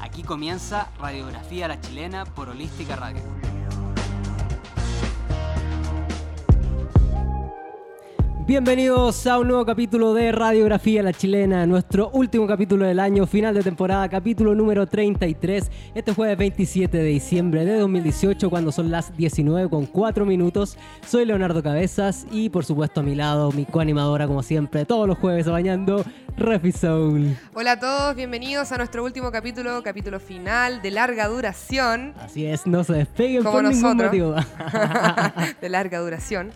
Aquí comienza Radiografía a la Chilena por Holística Radio. Bienvenidos a un nuevo capítulo de Radiografía La Chilena, nuestro último capítulo del año, final de temporada, capítulo número 33, este jueves 27 de diciembre de 2018, cuando son las 19 con 4 minutos. Soy Leonardo Cabezas y por supuesto a mi lado, mi coanimadora como siempre, todos los jueves bañando, Refi Soul. Hola a todos, bienvenidos a nuestro último capítulo, capítulo final de larga duración, Así es, no se despeguen Como por nosotros. ningún motivo. de larga duración.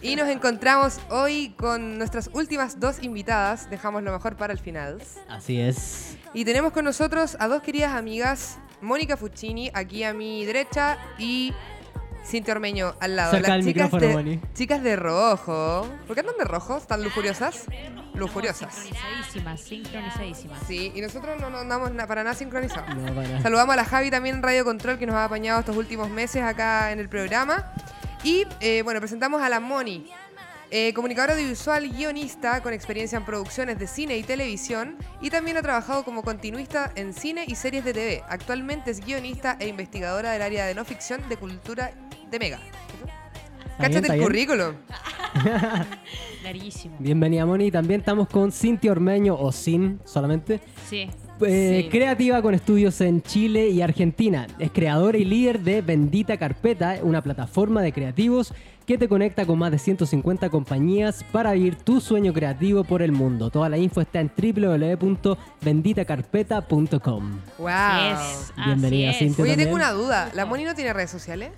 Y nos encontramos hoy con nuestras últimas dos invitadas, dejamos lo mejor para el final. Así es. Y tenemos con nosotros a dos queridas amigas, Mónica Fuccini, aquí a mi derecha, y Cintia Ormeño al lado. Saca el Las chicas micrófono, de, Moni. chicas de rojo. ¿Por qué andan de rojo? ¿Están lujuriosas? Lujuriosas. Sincronizadísimas, sincronizadísimas. Sí, y nosotros no no andamos na- para nada sincronizados. No, para. Saludamos a la Javi también en Radio Control que nos ha apañado estos últimos meses acá en el programa. Y eh, bueno, presentamos a la Moni, eh, comunicadora audiovisual, guionista con experiencia en producciones de cine y televisión y también ha trabajado como continuista en cine y series de TV. Actualmente es guionista e investigadora del área de no ficción de cultura de Mega. ¿Está bien, Cáchate está el bien? currículum. Larguísimo. Bienvenida Moni, también estamos con Cintia Ormeño, o Sin solamente, Sí. Eh, sí. Creativa con estudios en Chile y Argentina. Es creadora y líder de Bendita Carpeta, una plataforma de creativos que te conecta con más de 150 compañías para vivir tu sueño creativo por el mundo. Toda la info está en www.benditacarpeta.com. Wow. Así es, Ah, Bienvenida, así es. Cintia. Oye, tengo también. una duda. ¿La Moni no tiene redes sociales?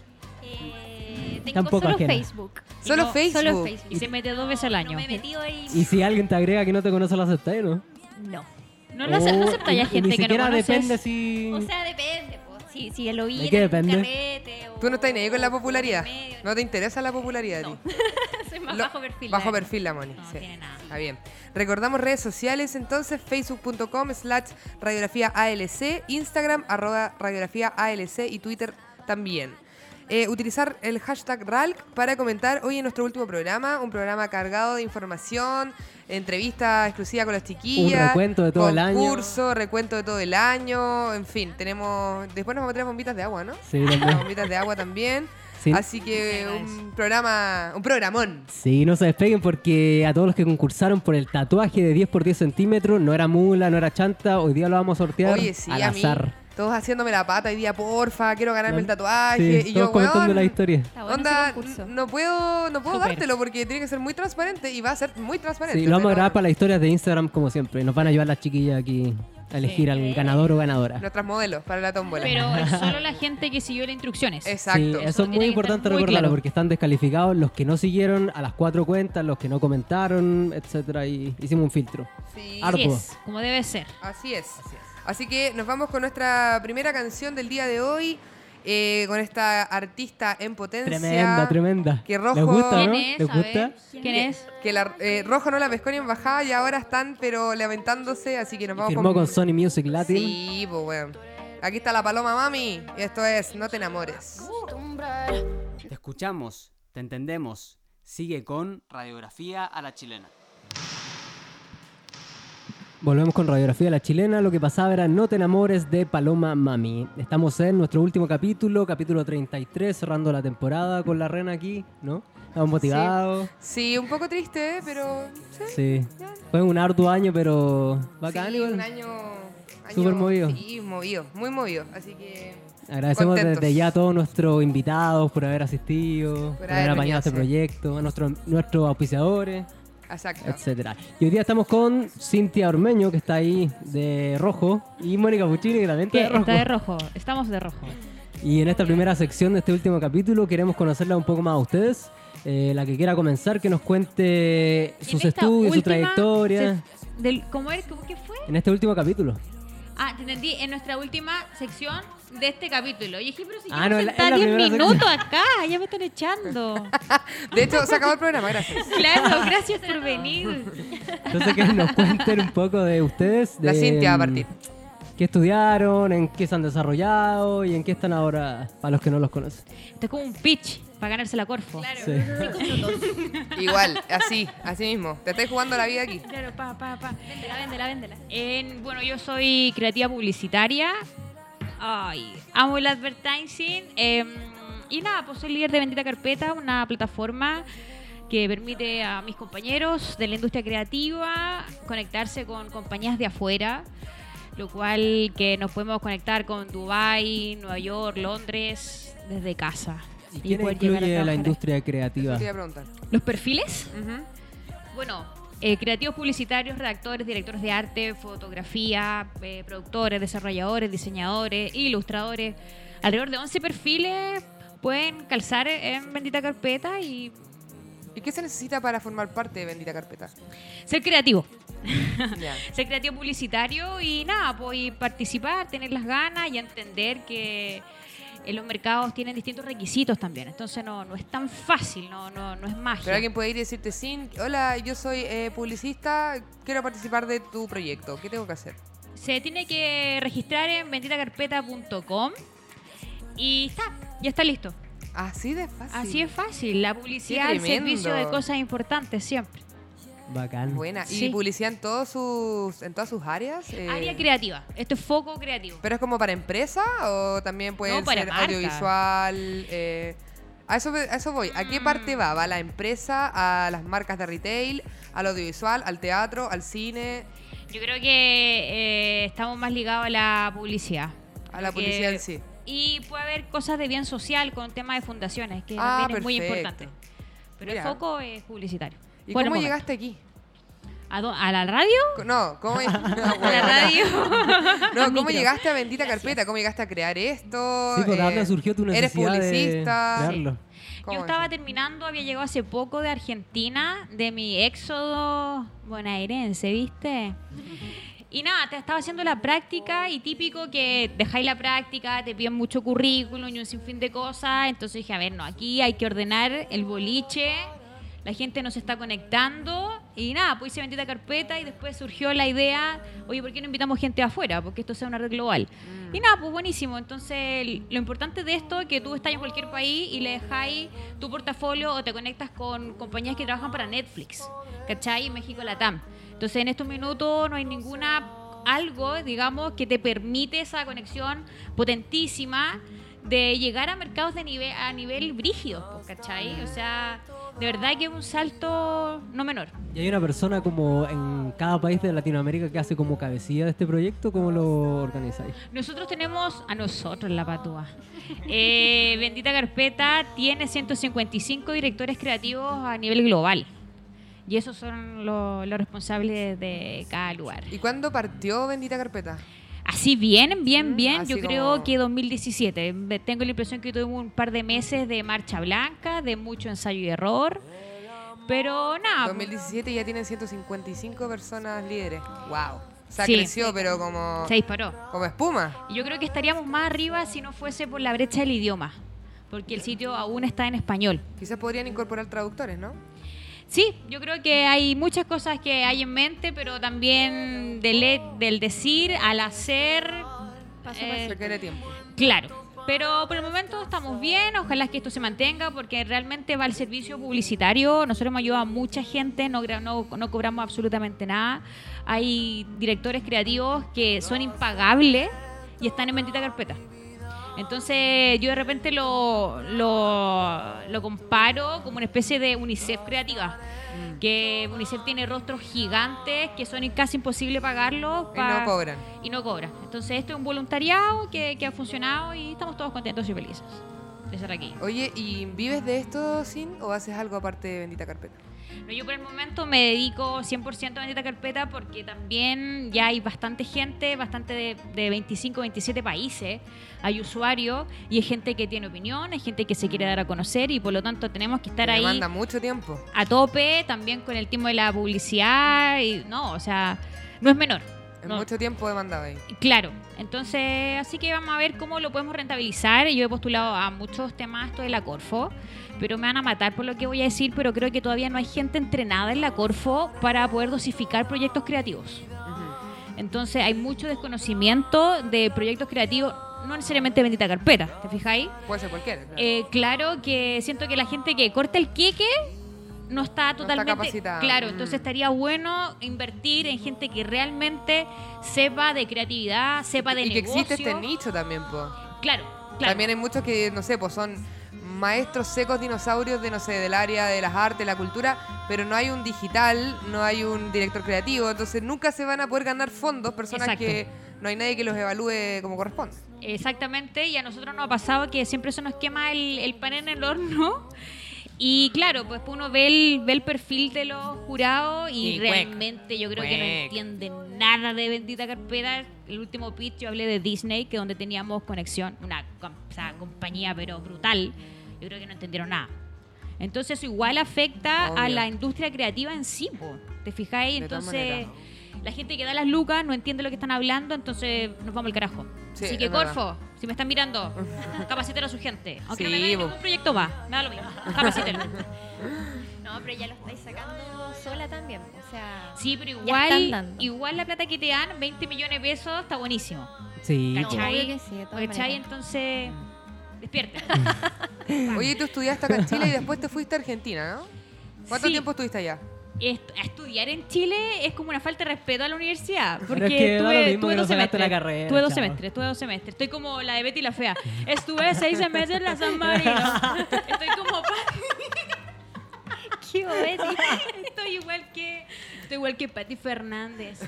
Eh, tengo Tampoco solo ajena. Facebook. Y Solo no- Facebook. Solo Y Facebook. se mete dos veces al No año. me he metido ahí. Y si alguien te agrega que no te conoce, lo aceptáis, ¿no? No. No lo ace- O- no acepta Oh, y- ya y gente ni que no siquiera conoces. depende si... O sea, depende. pues. Si, si lo vi ¿De en qué algún depende? carrete o- ¿Tú no estás ni ahí con la popularidad? en medio. ¿No te interesa la popularidad? No. No. Soy más Lo- bajo perfil. la Bajo verdad. perfil la Moni. No sí. tiene nada. Está bien. Recordamos redes sociales entonces, facebook.com slash radiografía ALC, Instagram arroba radiografía ALC y Twitter también. Eh, utilizar el hashtag RALC para comentar hoy en nuestro último programa, un programa cargado de información, entrevista exclusiva con las chiquillas. Un recuento de todo el año. Concurso, recuento de todo el año, en fin, tenemos... Después nos vamos a traer bombitas de agua, ¿no? Sí, también. Las bombitas de agua también. Sí. Así que un programa, un programón. Sí, no se despeguen porque a todos los que concursaron por el tatuaje de 10 por 10 centímetros, no era mula, no era chanta, hoy día lo vamos a sortear Oye, sí, al a mí. azar. Todos haciéndome la pata y día, porfa, quiero ganarme La- el tatuaje. Sí, y todos yo, comentando weón, la historia. Está bueno onda, ese concurso. no puedo, no puedo Súper. dártelo porque tiene que ser muy transparente y va a ser muy transparente. Sí, lo vamos a pero grabar para las historias de Instagram como siempre. Nos van a ayudar las chiquillas aquí a elegir al ganador o ganadora. Nuestros modelos para la tómbola. Pero es solo la gente que siguió las instrucciones. Sí, Exacto. eso es tiene muy que importante estar muy recordarlo claro. porque están descalificados los que no siguieron a las cuatro cuentas, los que no comentaron, etcétera y hicimos un filtro. Sí, Harto. Así es, como debe ser. Así es. Así que nos vamos con nuestra primera canción del día de hoy, eh, con esta artista en potencia. Tremenda, tremenda. Que ¿Les rojo- gusta, no? ¿Quién es? ¿Les A gusta? ver, ¿Quién es? Que la, eh, Rojo no la pescó ni en bajada y ahora están, pero lamentándose, así que nos vamos Firmó con Sony Music Latin. Sí, pues bueno. Aquí está la paloma mami. Y esto es No te enamores. Te escuchamos, te entendemos. Sigue con Radiografía a la Chilena. Volvemos con Radiografía de la Chilena. Lo que pasaba era No te enamores de Paloma Mami. Estamos en nuestro último capítulo, capítulo 33, cerrando la temporada con la rena aquí, ¿no? Estamos motivados. Sí, un poco triste, ¿eh? pero. Sí, Sí. Fue un arduo año, pero bacán sí, igual. un año. año- Súper movido. Sí, movido, muy movido. Así que. Agradecemos contentos. desde ya a todos nuestros invitados por haber asistido, por, haber haber apañado venido, este sí. proyecto, a nuestro- nuestros auspiciadores, Exacto. etcétera. Y hoy día estamos con Cintia Ormeño, que está ahí de rojo, y Mónica Puccini, que también está ¿Qué? de rojo. Está de rojo. Estamos de rojo. Y en esta primera sección de este último capítulo queremos conocerla un poco más a ustedes. Eh, la que quiera comenzar, que nos cuente sus En esta estudios, su última trayectoria. sec- del- ¿Cómo es? ¿Cómo que fue? En este último capítulo. Ah, te entendí. En nuestra última sección de este capítulo. Y dije, pero si Ah, quiero no, es la- es la sentar 10 primera minutos acá, ya me están echando. De hecho, se acabó el programa, gracias. claro, gracias por venir. Entonces que nos cuenten un poco de ustedes. De, La Cintia va a mm, partir. ¿Qué estudiaron? ¿En qué se han desarrollado? ¿Y en qué están ahora para los que no los conocen? Esto es como un pitch para ganarse la Corfo. Claro. Sí. Cinco minutos. Igual, así, así mismo. Te estáis jugando la vida aquí. Claro, pa, pa, pa. Véndela, véndela, véndela. En- bueno, yo soy creativa publicitaria. Ay, amo el advertising. eh, y nada, pues soy líder de Bendita Carpeta, una plataforma que permite a mis compañeros de la industria creativa conectarse con compañías de afuera, lo cual que nos podemos conectar con Dubai, Nueva York, Londres, desde casa. ¿Y quién poder incluye llegar a la trabajar ahí. industria creativa? Eso te iba a preguntar. ¿Los perfiles? Ujú. Bueno, eh, creativos publicitarios, redactores, directores de arte, fotografía, eh, productores, desarrolladores, diseñadores, ilustradores. Alrededor de 11 perfiles pueden calzar en Bendita Carpeta y ¿Y qué se necesita para formar parte de Bendita Carpeta? ser creativo. Ya. Ser creativo publicitario y nada, pues y participar, tener las ganas y entender que eh, los mercados tienen distintos requisitos también. Entonces no, no es tan fácil, no, no, no es magia. Pero alguien puede ir y decirte, sin, hola, yo soy eh, publicista, quiero participar de tu proyecto. ¿Qué tengo que hacer? Se tiene que registrar en benditacarpeta.com y está, ya está listo. Así de fácil. Así es fácil, la publicidad Qué al servicio de tremendo. cosas importantes siempre. Bacán. Buena. Sí. ¿Y publicidad en, todos sus, en todas sus áreas? Eh, Área creativa, esto es foco creativo. ¿Pero es como para empresa o también puede No, para ser marca. audiovisual? eh, a, eso, a eso voy. ¿A Mm. qué parte va? ¿Va la empresa, a las marcas de retail, al audiovisual, al teatro, al cine, Yo creo que eh, estamos más ligados a la publicidad. a la Porque- publicidad en sí? Y puede haber cosas de bien social con temas de fundaciones, que Ah, también es muy perfecto. importante. Pero Mira. el foco es publicitario. ¿Y Por el cómo momento. llegaste aquí? ¿A, dó- a la radio? Co- No, ¿cómo, Ah, A la bueno. radio. No, ¿cómo Micro. llegaste a Bendita Carpeta? ¿Cómo llegaste a crear esto? Sí, pues de Eh, dónde surgió tu ¿Eres necesidad publicista? de crearlo? ¿Cómo Yo es? estaba terminando, había llegado hace poco de Argentina, de mi éxodo bonaerense, ¿viste? Y nada, te estaba haciendo la práctica y típico que dejáis la práctica, te piden mucho currículum y un sinfín de cosas. Entonces dije, a ver, no, aquí hay que ordenar el boliche, la gente nos está conectando. Y nada, pues hice bendita carpeta y después surgió la idea, oye, ¿por qué no invitamos gente afuera? Porque esto sea una red global. Y nada, pues buenísimo. Entonces, lo importante de esto es que tú estás en cualquier país y le dejáis tu portafolio o te conectas con compañías que trabajan para Netflix, ¿cachai? México Latam. Entonces, en estos minutos no hay ninguna algo, digamos, que te permite esa conexión potentísima de llegar a mercados de nivel a nivel brígido, pues, ¿cachai? O sea, de verdad que es un salto no menor. Y hay una persona como en cada país de Latinoamérica que hace como cabecilla de este proyecto, ¿cómo lo organizáis? Nosotros tenemos, a nosotros la patúa. Eh, Bendita Carpeta tiene 155 directores creativos a nivel global. Y esos son lo- los responsables de cada lugar. ¿Y cuándo partió Bendita Carpeta? Así bien, bien, Mm, bien. así Yo como- creo que 2017. Me- Tengo la impresión que tuve un par de meses de marcha blanca, de mucho ensayo y error. Pero nada. 2017 ya tienen 155 personas líderes. ¡Wow! O sea, Sí. creció, pero como, Se disparó. como espuma. Y Yo creo que estaríamos más arriba si no fuese por la brecha del idioma. Porque el sitio aún está en español. Quizás podrían incorporar traductores, ¿no? Sí, yo creo que hay muchas cosas que hay en mente, pero también del, e, del decir al hacer. eh, Requiere tiempo. claro. Pero por el momento estamos bien, ojalá que esto se mantenga porque realmente va al servicio publicitario. Nosotros hemos ayudado a mucha gente, no, gra- no, no cobramos absolutamente nada. Hay directores creativos que son impagables y están en bendita carpeta. Entonces yo de repente lo, lo, lo comparo como una especie de UNICEF creativa. Eh, Mm. Que UNICEF tiene rostros gigantes que son casi imposible pagarlos. Y pa- no cobran. y no cobra. Entonces esto es un voluntariado que, que ha funcionado y estamos todos contentos y felices de estar aquí. Oye, ¿y vives de esto, Sin, o haces algo aparte de Bendita Carpeta? No, yo por el momento me dedico 100% a Bendita Carpeta porque también ya hay bastante gente, bastante de, de 25, 27 países, hay usuarios y hay gente que tiene opinión, hay gente que se quiere dar a conocer y por lo tanto tenemos que estar Me ahí Demanda mucho tiempo. a tope también con el tema de la publicidad y no, o sea, no es menor. Es No. mucho tiempo demandado ahí. Claro, entonces así que vamos a ver cómo lo podemos rentabilizar. Yo he postulado a muchos temas esto de la Corfo, pero me van a matar por lo que voy a decir, pero creo que todavía no hay gente entrenada en la Corfo para poder dosificar proyectos creativos. Ujú. Entonces hay mucho desconocimiento de proyectos creativos, no necesariamente bendita carpeta, ¿te fijáis? Puede ser cualquiera. claro. Eh, claro que siento que la gente que corta el queque no está está totalmente capacitada. claro Mm. entonces estaría bueno invertir en gente que realmente sepa de creatividad sepa de y que negocio existe este nicho también, po. claro claro También hay muchos que, no sé, pues son maestros secos dinosaurios de, no sé, del área de las artes, la cultura, pero no hay un digital, no hay un director creativo, entonces nunca se van a poder ganar fondos personas Exacto. que no hay nadie que los evalúe como corresponde. Exactamente, y a nosotros nos ha pasado que siempre se nos quema el, el pan en el horno. Y claro, pues uno ve el, ve el perfil de los jurados y, Y cuec, realmente yo creo que no cuec. entienden nada de bendita carpeta. El último pitch yo hablé de Disney, que donde teníamos conexión, una com- o sea, compañía pero brutal. Yo creo que no entendieron nada. Entonces eso igual afecta a Obvio. la industria creativa en sí, po. ¿te fijáis? De todas Entonces maneras. la gente que da las lucas no entiende lo que están hablando, entonces nos vamos al carajo. Sí, Así que, es verdad. Corfo, si me están mirando, capacítelo a su gente. Aunque no Sí, me hagáis po. ningún proyecto más, me da lo mismo. Capacítelo. No, pero ya lo estáis sacando sola también. O sea, Sí, pero Ya están igual, dando. igual la plata que te dan, 20 millones de pesos, está buenísimo. Sí. no, ¿cachai? obvio que sí, de todas ¿Cachai? maneras. Entonces, Mm. despierta. Oye, tú estudiaste acá en Chile y después te fuiste a Argentina, ¿no? ¿Cuánto Sí. tiempo estuviste allá? Est- estudiar en Chile es como una falta de respeto a la universidad. Porque es que da lo tuve, mismo tuve que no dos sacaste semestres. la carrera, tuve dos chavo. semestres, tuve dos semestres. Estoy como la de Betty la Fea. Estuve seis semestres en la San Marino. Estoy como. Qué obvio. Estoy igual que estoy igual que Patti Fernández.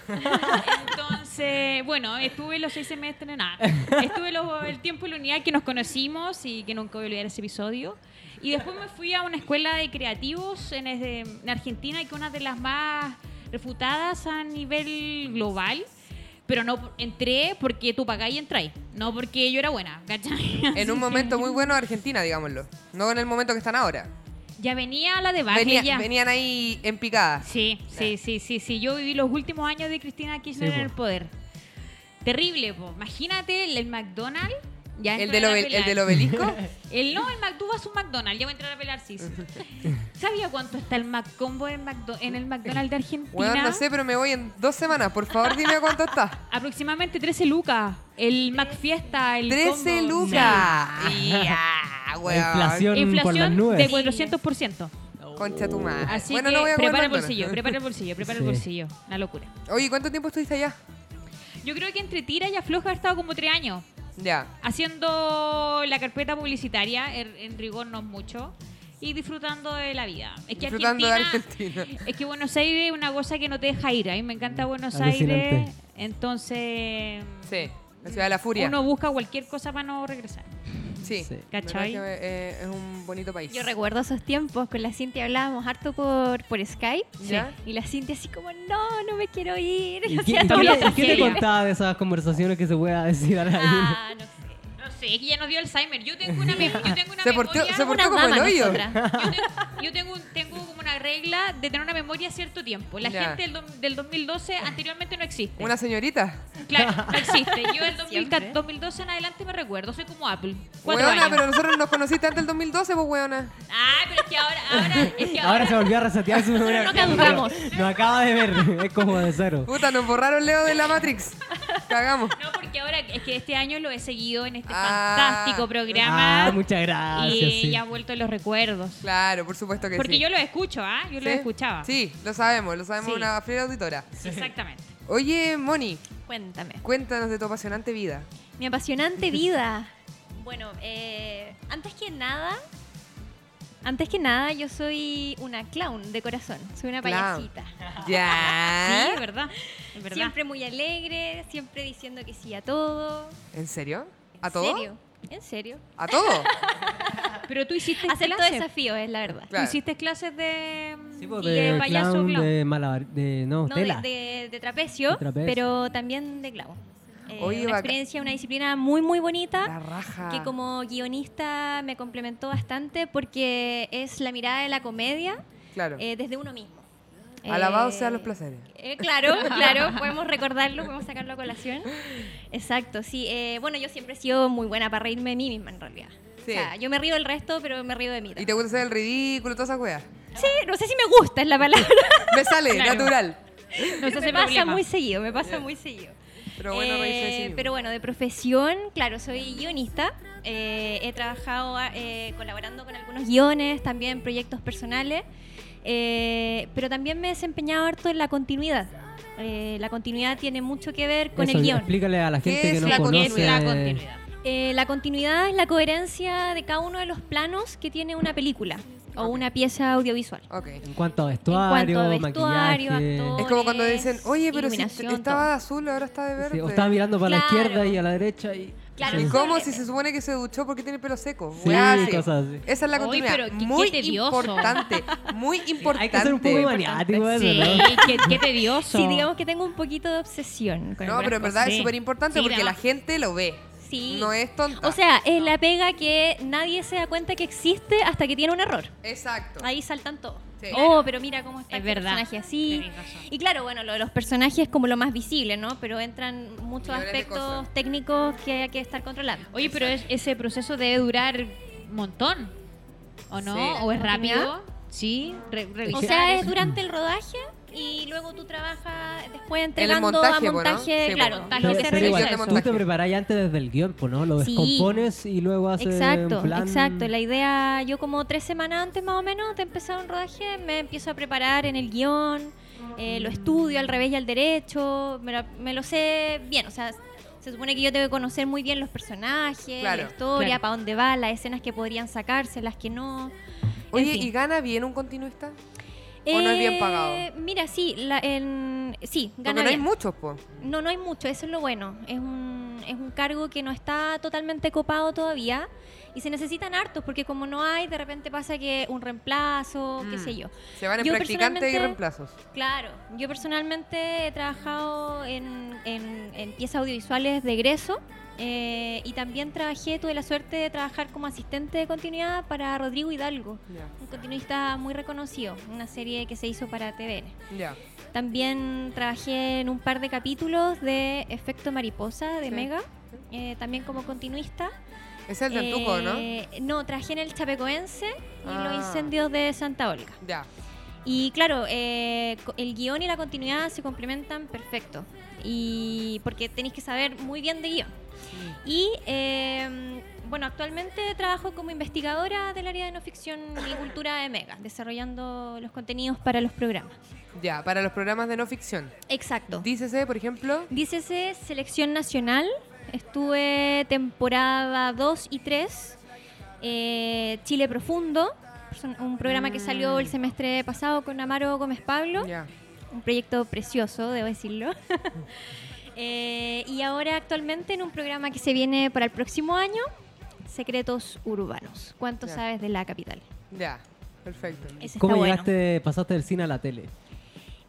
Entonces, bueno, estuve los seis semestres, nada. Estuve los- el tiempo en la unidad que nos conocimos y que nunca voy a olvidar ese episodio. Y después me fui a una escuela de creativos en, es- en Argentina, que es una de las más refutadas a nivel global. Pero no entré porque tú pagáis y entráis, no porque yo era buena, ¿cachai? En un momento muy bueno de Argentina, digámoslo. No en el momento que están ahora. Ya venía la de baje Venía- ya. venían ahí en picada. Sí, sí, sí, sí, sí. Yo viví los últimos años de Cristina Kirchner Sí, en po. el poder. Terrible, po. Imagínate el, el McDonald's. Ya El entró del, a obel- el pelar. del obelisco. El no, el Mac, tú vas a un McDonald's, ya voy a entrar a pelar, sí. sí. ¿Sabía cuánto está el Mac Combo en, Macdo- en el McDonald's de Argentina? Bueno, no sé, pero me voy en dos semanas. Por favor, dime cuánto está. Aproximadamente 13 lucas. El Mac Fiesta, el 13 combo. lucas. Ya, La weón. inflación, por las Inflación nubes. de 400%. Concha tu madre. Así bueno, que no voy a comer prepara el McDonald's. bolsillo, prepara el bolsillo, prepara Sí. el bolsillo. Una locura. Oye, ¿cuánto tiempo estuviste allá? Yo creo que entre tira y afloja ha estado como tres años. Ya. haciendo la carpeta publicitaria, en, en rigor no mucho, y disfrutando de la vida. Es que Disfrutando de Argentina, Argentina. es que Buenos Aires es una cosa que no te deja ir. A mí me encanta Buenos Alucinante. Aires, entonces Sí. La ciudad de la furia. uno busca cualquier cosa para no regresar. sí. Sí. La verdad ¿Cachai? que, eh, es un bonito país. Yo recuerdo esos tiempos, con la Cintia hablábamos harto por, por Skype. ¿Ya? Y la Cintia así como, no, no me quiero ir. ¿Y O qué, sea, y como qué- la y qué te tragedia. contaba de esas conversaciones que se pueda decir a la Ah, no sé. No sé, es que ya nos dio Alzheimer. Yo tengo una, me- yo tengo una Se memoria. portó- se portó Unas como el damas hoyo. nosotras. Yo, tengo, yo tengo, un- tengo como una regla de tener una memoria a cierto tiempo. La Ya. gente del, do- del 2012 anteriormente no existe. Una señorita. Claro, no existe. Yo el 2000 Siempre. 2012 en adelante me recuerdo, soy como Apple. Cuatro Weona, años. pero nosotros nos conociste antes del 2012, pues, weona. Ay, pero es que ahora, ahora, es que Ahora, ahora, se volvió a resetear su memoria. no caducamos. Lo acaba de ver, es como de cero. Puta, nos borraron Leo de la Matrix. Cagamos. No, porque ahora es que este año lo he seguido en este Ah. fantástico programa. Ah, muchas gracias. Y sí. ya han vuelto los recuerdos. Claro, por supuesto que Porque sí. yo lo escucho, ¿ah? Yo lo ¿Sí? escuchaba. Sí, lo sabemos, lo sabemos Sí. una fiera auditora. Exactamente. Oye, Moni, Cuéntame. cuéntanos de tu apasionante vida. Mi apasionante vida. Bueno, eh, antes que nada, antes que nada, yo soy una clown de corazón. Soy una Clown. payasita. Sí, Ya. es verdad. Es verdad. Siempre muy alegre, siempre diciendo que sí a todo. ¿En serio? ¿En ¿A todo? serio? ¿En serio? ¿A todo? Pero tú hiciste Acepto clases. desafíos, es la verdad. Tú Claro. hiciste clases de, Sí, pues, y de, de payaso clown, clown. de malabar, de no, No, de, tela. de- de trapecio, De trapecio. pero también de clavo. Eh, Oye, una bacán. experiencia, una disciplina muy, muy bonita La raja. que como guionista me complementó bastante porque es la mirada de la comedia Claro. eh, desde uno mismo. Alabados Eh, sean los placeres. eh, claro, claro, podemos recordarlo, podemos sacarlo a colación. Exacto, sí. eh, bueno, yo siempre he sido muy buena para reírme de mí misma, en realidad. Sí. O sea, yo me río del resto, pero me río de mí. ¿Y te gusta hacer el ridículo, todas esas weas? Sí, no sé si me gusta, es la palabra. Me sale, Claro. natural. No se hace me pasa problema. muy seguido, me pasa muy seguido. Pero bueno, reírse de sí Eh, mismo. pero bueno, de profesión, claro, soy guionista. Eh, he trabajado ah, eh, colaborando con algunos guiones, también proyectos personales. Eh, pero también me he desempeñado harto en la continuidad. Eh, la continuidad tiene mucho que ver con Eso, el guión. Explícale a la ¿Qué gente que es no la conoce. la continuidad. Eh, la continuidad es la coherencia de cada uno de los planos que tiene una película o Ok. una pieza audiovisual. Ok. En cuanto a En vestuario, cuanto a vestuario, maquillaje. actor, Es como cuando dicen, oye, pero si iluminación, estaba de azul, ahora está de Sí, verde. o estaba mirando para Claro. la izquierda y a la derecha y. Claro, Sí. ¿Y eso- cómo? Si se supone que se duchó, ¿por qué tiene el pelo seco? Sí, Weá, sí. cosas así. Esa es la Oy, continuidad. pero qué- qué muy tedioso. importante. Muy importante. Hay que ser un poco maniático Ah, eso, Sí, ¿no? qué, qué tedioso. Sí, digamos que tengo un poquito de obsesión con No, algunas pero en verdad cosas. es súper importante Sí, porque la además- gente lo ve. Sí. No es tonta. O sea, es la pega que nadie se da cuenta que existe hasta que tiene un error. Exacto. Ahí saltan todos. Sí. Oh, pero mira cómo está Es este verdad. personaje así. Tenés razón. Y claro, bueno, lo de los personajes es como lo más visible, ¿no? Pero entran muchos Millones de aspectos cosas. técnicos que hay que estar controlando. Oye, pero es- ese proceso debe durar un montón, ¿o no? Sí. ¿O es ¿Continuidad? rápido? Sí, re- O revisar sea, es eso. durante el rodaje y luego tú trabajas después entregando montaje, a po, ¿no? montaje, Sí, pues. claro, po. montaje Pero, se Entonces, pero realiza igual, revisión de eso. tú te montaje. preparas ya antes desde el guión, pues, ¿no? Lo Sí. descompones y luego haces Exacto, un plan... exacto. La idea, yo como tres semanas antes más o menos de empezar un rodaje, me empiezo a preparar en el guión, eh, lo estudio al revés y al derecho, me lo, me lo sé bien, o sea, se supone que yo tengo que conocer muy bien los personajes, Claro. la historia, Claro. para dónde va, las escenas que podrían sacarse, las que no. Oye, en fin. Eh, ¿y gana bien un continuista? ¿O no es bien pagado? Mira, sí, la, en, sí, Porque gana no hay bien. muchos, po. No, no hay mucho, eso es lo bueno. Es un, es un cargo que no está totalmente copado todavía y se necesitan hartos porque como no hay, de repente pasa que un reemplazo, qué Mm. sé yo. Se van en Yo practicantes y personalmente- reemplazos. Claro, yo personalmente he trabajado en, en- en piezas audiovisuales de egreso eh, y también trabajé, tuve la suerte de trabajar como asistente de continuidad para Rodrigo Hidalgo, Ya. un continuista muy reconocido, una serie que se hizo para TVN. Ya. También trabajé en un par de capítulos de Efecto Mariposa de Sí. Mega, eh, también como continuista. Es el de Antuco, ¿no? Eh, No, trabajé en el Chapecoense y Ah. los incendios de Santa Olga. Ya. Y claro, eh, co- el guión y la continuidad se complementan perfecto. Y porque tenéis que saber muy bien de guión. Y eh, bueno, actualmente trabajo como investigadora del área de no ficción y cultura de Mega, desarrollando los contenidos para los programas. Ya, para los programas de no ficción. Exacto. Dícese, por ejemplo. Dícese selección nacional. Estuve temporada 2 y 3. eh, Chile Profundo, son- un programa que salió el semestre pasado con Amaro Gómez Pablo. Mm. Ya. Un proyecto precioso, debo decirlo. Eh, y ahora actualmente en un programa que se viene para el próximo año, Secretos Urbanos. ¿Cuánto Ya. sabes de la capital? Ya. Perfecto. Ese ¿Cómo está bueno. llegaste, pasaste del cine a la tele?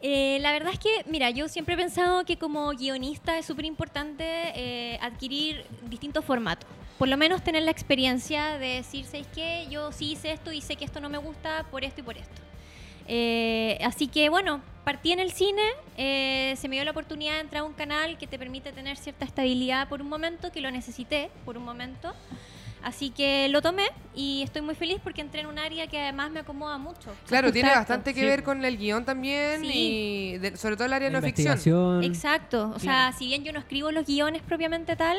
Eh, la verdad es que, mira, yo siempre he pensado que como guionista es súper importante eh, adquirir distintos formatos. Por lo menos tener la experiencia de decir, ¿sabes qué? Yo sí hice esto y sé que esto no me gusta por esto y por esto. Eh, así que, bueno, partí en el cine, eh, se me dio la oportunidad de entrar a un canal que te permite tener cierta estabilidad por un momento, que lo necesité por un momento. Así que lo tomé y estoy muy feliz porque entré en un área que además me acomoda mucho. Claro, tiene Exacto, bastante que sí. ver con el guión también Sí. y de- sobre todo el área de La no ficción. investigación. Exacto, o sea, si bien yo no escribo los guiones propiamente tal,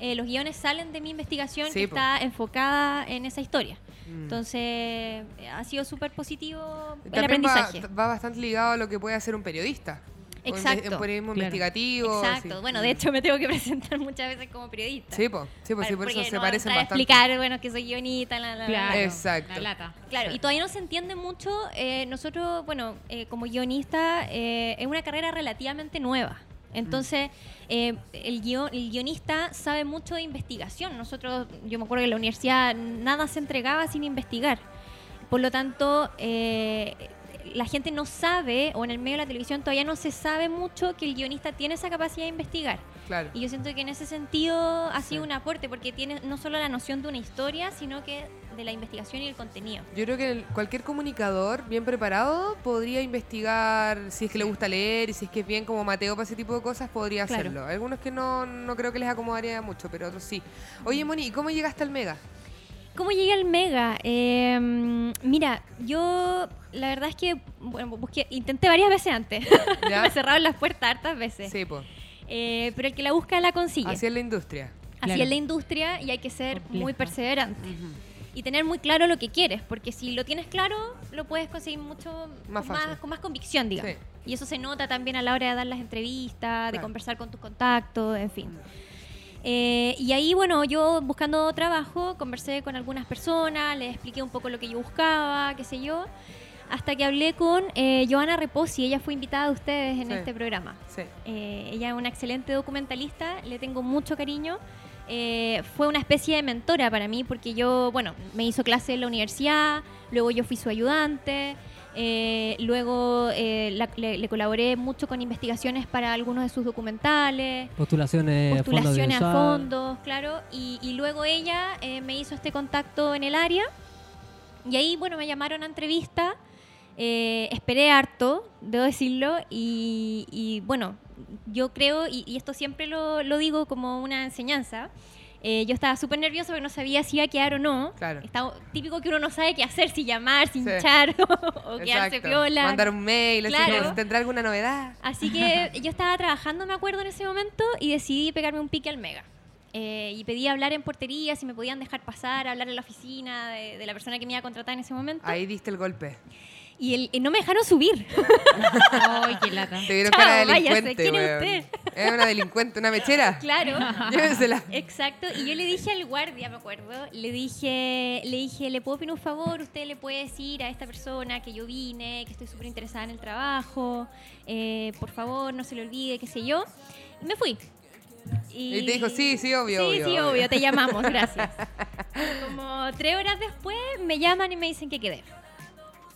eh, los guiones salen de mi investigación Sí, que po. está enfocada en esa historia. Mm. Entonces, eh, ha sido súper positivo el También va- aprendizaje. Va, bastante ligado a lo que puede hacer un periodista. O inve- Exacto. Un periodismo Claro. investigativo. Exacto, sí. Mm. bueno, de hecho me tengo que presentar muchas veces como periodista. Sí, po, sí, po, sí, Claro, por eso porque se no parecen entrar a bastante. explicar, bueno, que soy guionista, la, la, la, la. Claro, Exacto. la lata. Claro, y todavía no se entiende mucho. eh, nosotros, bueno, eh, como guionista, eh, es una carrera relativamente nueva. Entonces, eh, el, guion- el guionista sabe mucho de investigación. Nosotros, yo me acuerdo que en la universidad nada se entregaba sin investigar. Por lo tanto, eh, la gente no sabe, o en el medio de la televisión todavía no se sabe mucho que el guionista tiene esa capacidad de investigar. Claro. Y yo siento que en ese sentido ha sido un aporte, porque tiene no solo la noción de una historia, sino que de la investigación y el contenido. Yo creo que el- cualquier comunicador bien preparado podría investigar si es que le gusta leer y si es que es bien como Mateo para ese tipo de cosas, podría Claro. hacerlo. Algunos que no, no creo que les acomodaría mucho, pero otros sí. Oye, Moni, ¿y cómo llegaste al Mega? ¿Cómo llegué al Mega? Eh, mira, yo la verdad es que bueno, busqué, intenté varias veces antes. ¿Ya? Me cerraron las puertas hartas veces. Sí, po. Eh, pero el que la busca la consigue. Así es la industria. Así Claro. es la industria y hay que ser Compleja. muy perseverante. y tener muy claro lo que quieres, porque si lo tienes claro, lo puedes conseguir mucho Más con fácil. con más convicción, digamos. Sí. Y eso se nota también a la hora de dar las entrevistas, de Claro. conversar con tus contactos, en fin. Eh, y ahí, bueno, yo buscando trabajo, conversé con algunas personas, les expliqué un poco lo que yo buscaba, qué sé yo, hasta que hablé con eh, Joana Reposi, ella fue invitada de ustedes en Sí. este programa. Sí. Eh, ella es una excelente documentalista, le tengo mucho cariño. Eh, fue una especie de mentora para mí porque yo, bueno, me hizo clase en la universidad, luego yo fui su ayudante, eh, luego eh, la- le, le colaboré mucho con investigaciones para algunos de sus documentales, Postulaciones, postulaciones a audiovisual. fondos, claro, y, y luego ella eh, me hizo este contacto en el área y ahí, bueno, me llamaron a entrevista, eh, esperé harto, debo decirlo, y, y, bueno, yo creo, y, y esto siempre lo, lo digo como una enseñanza, eh, yo estaba súper nerviosa porque no sabía si iba a quedar o no. Claro. Está típico que uno no sabe qué hacer, si llamar, si Sí. hinchar o, quedarse Exacto. piola. Mandar un mail, así Claro. como, ¿tendrá alguna novedad? Así que yo estaba trabajando, me acuerdo, en ese momento y decidí pegarme un pique al mega. Eh, y pedí hablar en portería, si me podían dejar pasar, hablar en la oficina de, de la persona que me iba a contratar en ese momento. Ahí diste el golpe. Y, el- y no me dejaron subir. Ay, qué lata. Te vieron Chao, cara de váyase, delincuente, ¿quién es weón. usted? Es una delincuente, una mechera. claro. Llévensela. Exacto, y yo le dije al guardia, me acuerdo, le dije, le dije, le puedo pedir un favor, usted le puede decir a esta persona que yo vine, que estoy súper interesada en el trabajo, eh, por favor, no se le olvide, qué sé yo. Y me fui. Y te dijo, "Sí, sí, obvio, Sí, obvio, sí, obvio". obvio, te llamamos, gracias. Como tres horas después me llaman y me dicen que quedé.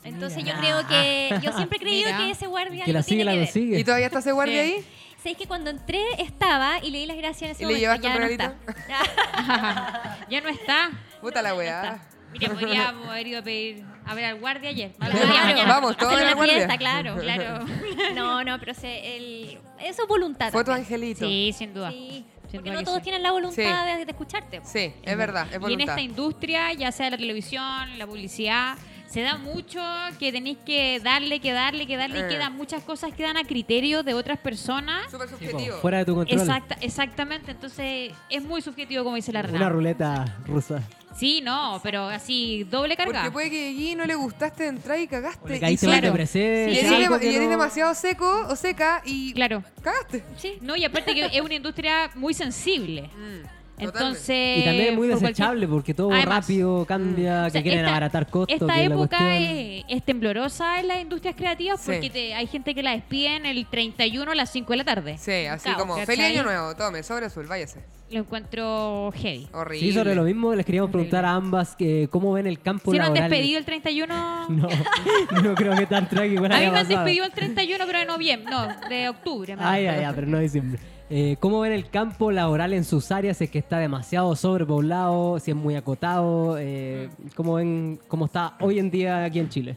Entonces yo creo que, yo siempre he creído Mira. que ese guardia Que la algo tiene sigue, la que ver. consigue. ¿Y todavía está ese guardia Sí. ahí? Sabéis que cuando entré estaba y le di las gracias en ese ¿Y le momento. llevaste ya un no regalito? está. Ya no está. Puta la weá. Mira, podríamos haber ido a pedir a ver al guardia ayer. A ver, Claro. mañana. Vamos, todo Hacer en el una guardia. fiesta, claro, claro. No, no, pero se, el, eso es voluntad. Fue tu también. angelito. Sí, sin duda. Sí, Sin porque duda no que todos sí. tienen la voluntad Sí. de, de escucharte. po. Sí, es verdad, es Y en voluntad. esta industria, ya sea la televisión, la publicidad, se da mucho que tenéis que darle, que darle, que darle, Eh. y quedan muchas cosas quedan a criterio de otras personas. Súper Sí, po, subjetivo. fuera de tu control. Exacta, exactamente, entonces es muy subjetivo como dice la Una Renata. ruleta rusa. Sí, no, pero así doble carga. Porque puede que allí no le gustaste entrar y cagaste. O le caíste y mal claro. de presente, y eres, algo dem- que y eres no- demasiado seco o seca y Claro. cagaste. Sí. No, y aparte que es una industria muy sensible. Mm, Entonces, Y también es muy por Eh, cualquier- desechable porque todo Además, mm, rápido cambia, O que sea, quieren esta- abaratar costos. Esta que la cuestión- época es, es temblorosa en las industrias creativas Sí. porque te- hay gente que la despiden el 31 a las 5 de la tarde. Sí, así Caos, como, ¿cachai? feliz año nuevo, tome, sobre azul, váyase. Lo encuentro heavy. Horrible. Sí, sobre lo mismo les queríamos Horrible. preguntar a ambas que, cómo ven el campo Si no han laboral. despedido el 31... No, no creo que tan trágico. A mí haya me han pasado. despedido el 31, pero de noviembre. No, de octubre. me han Ay, ay, despedido. ay, pero no diciembre. Eh, ¿Cómo ven el campo laboral en sus áreas? Si es que está demasiado sobrepoblado, si es muy acotado. Eh, ¿Cómo ven cómo está hoy en día aquí en Chile?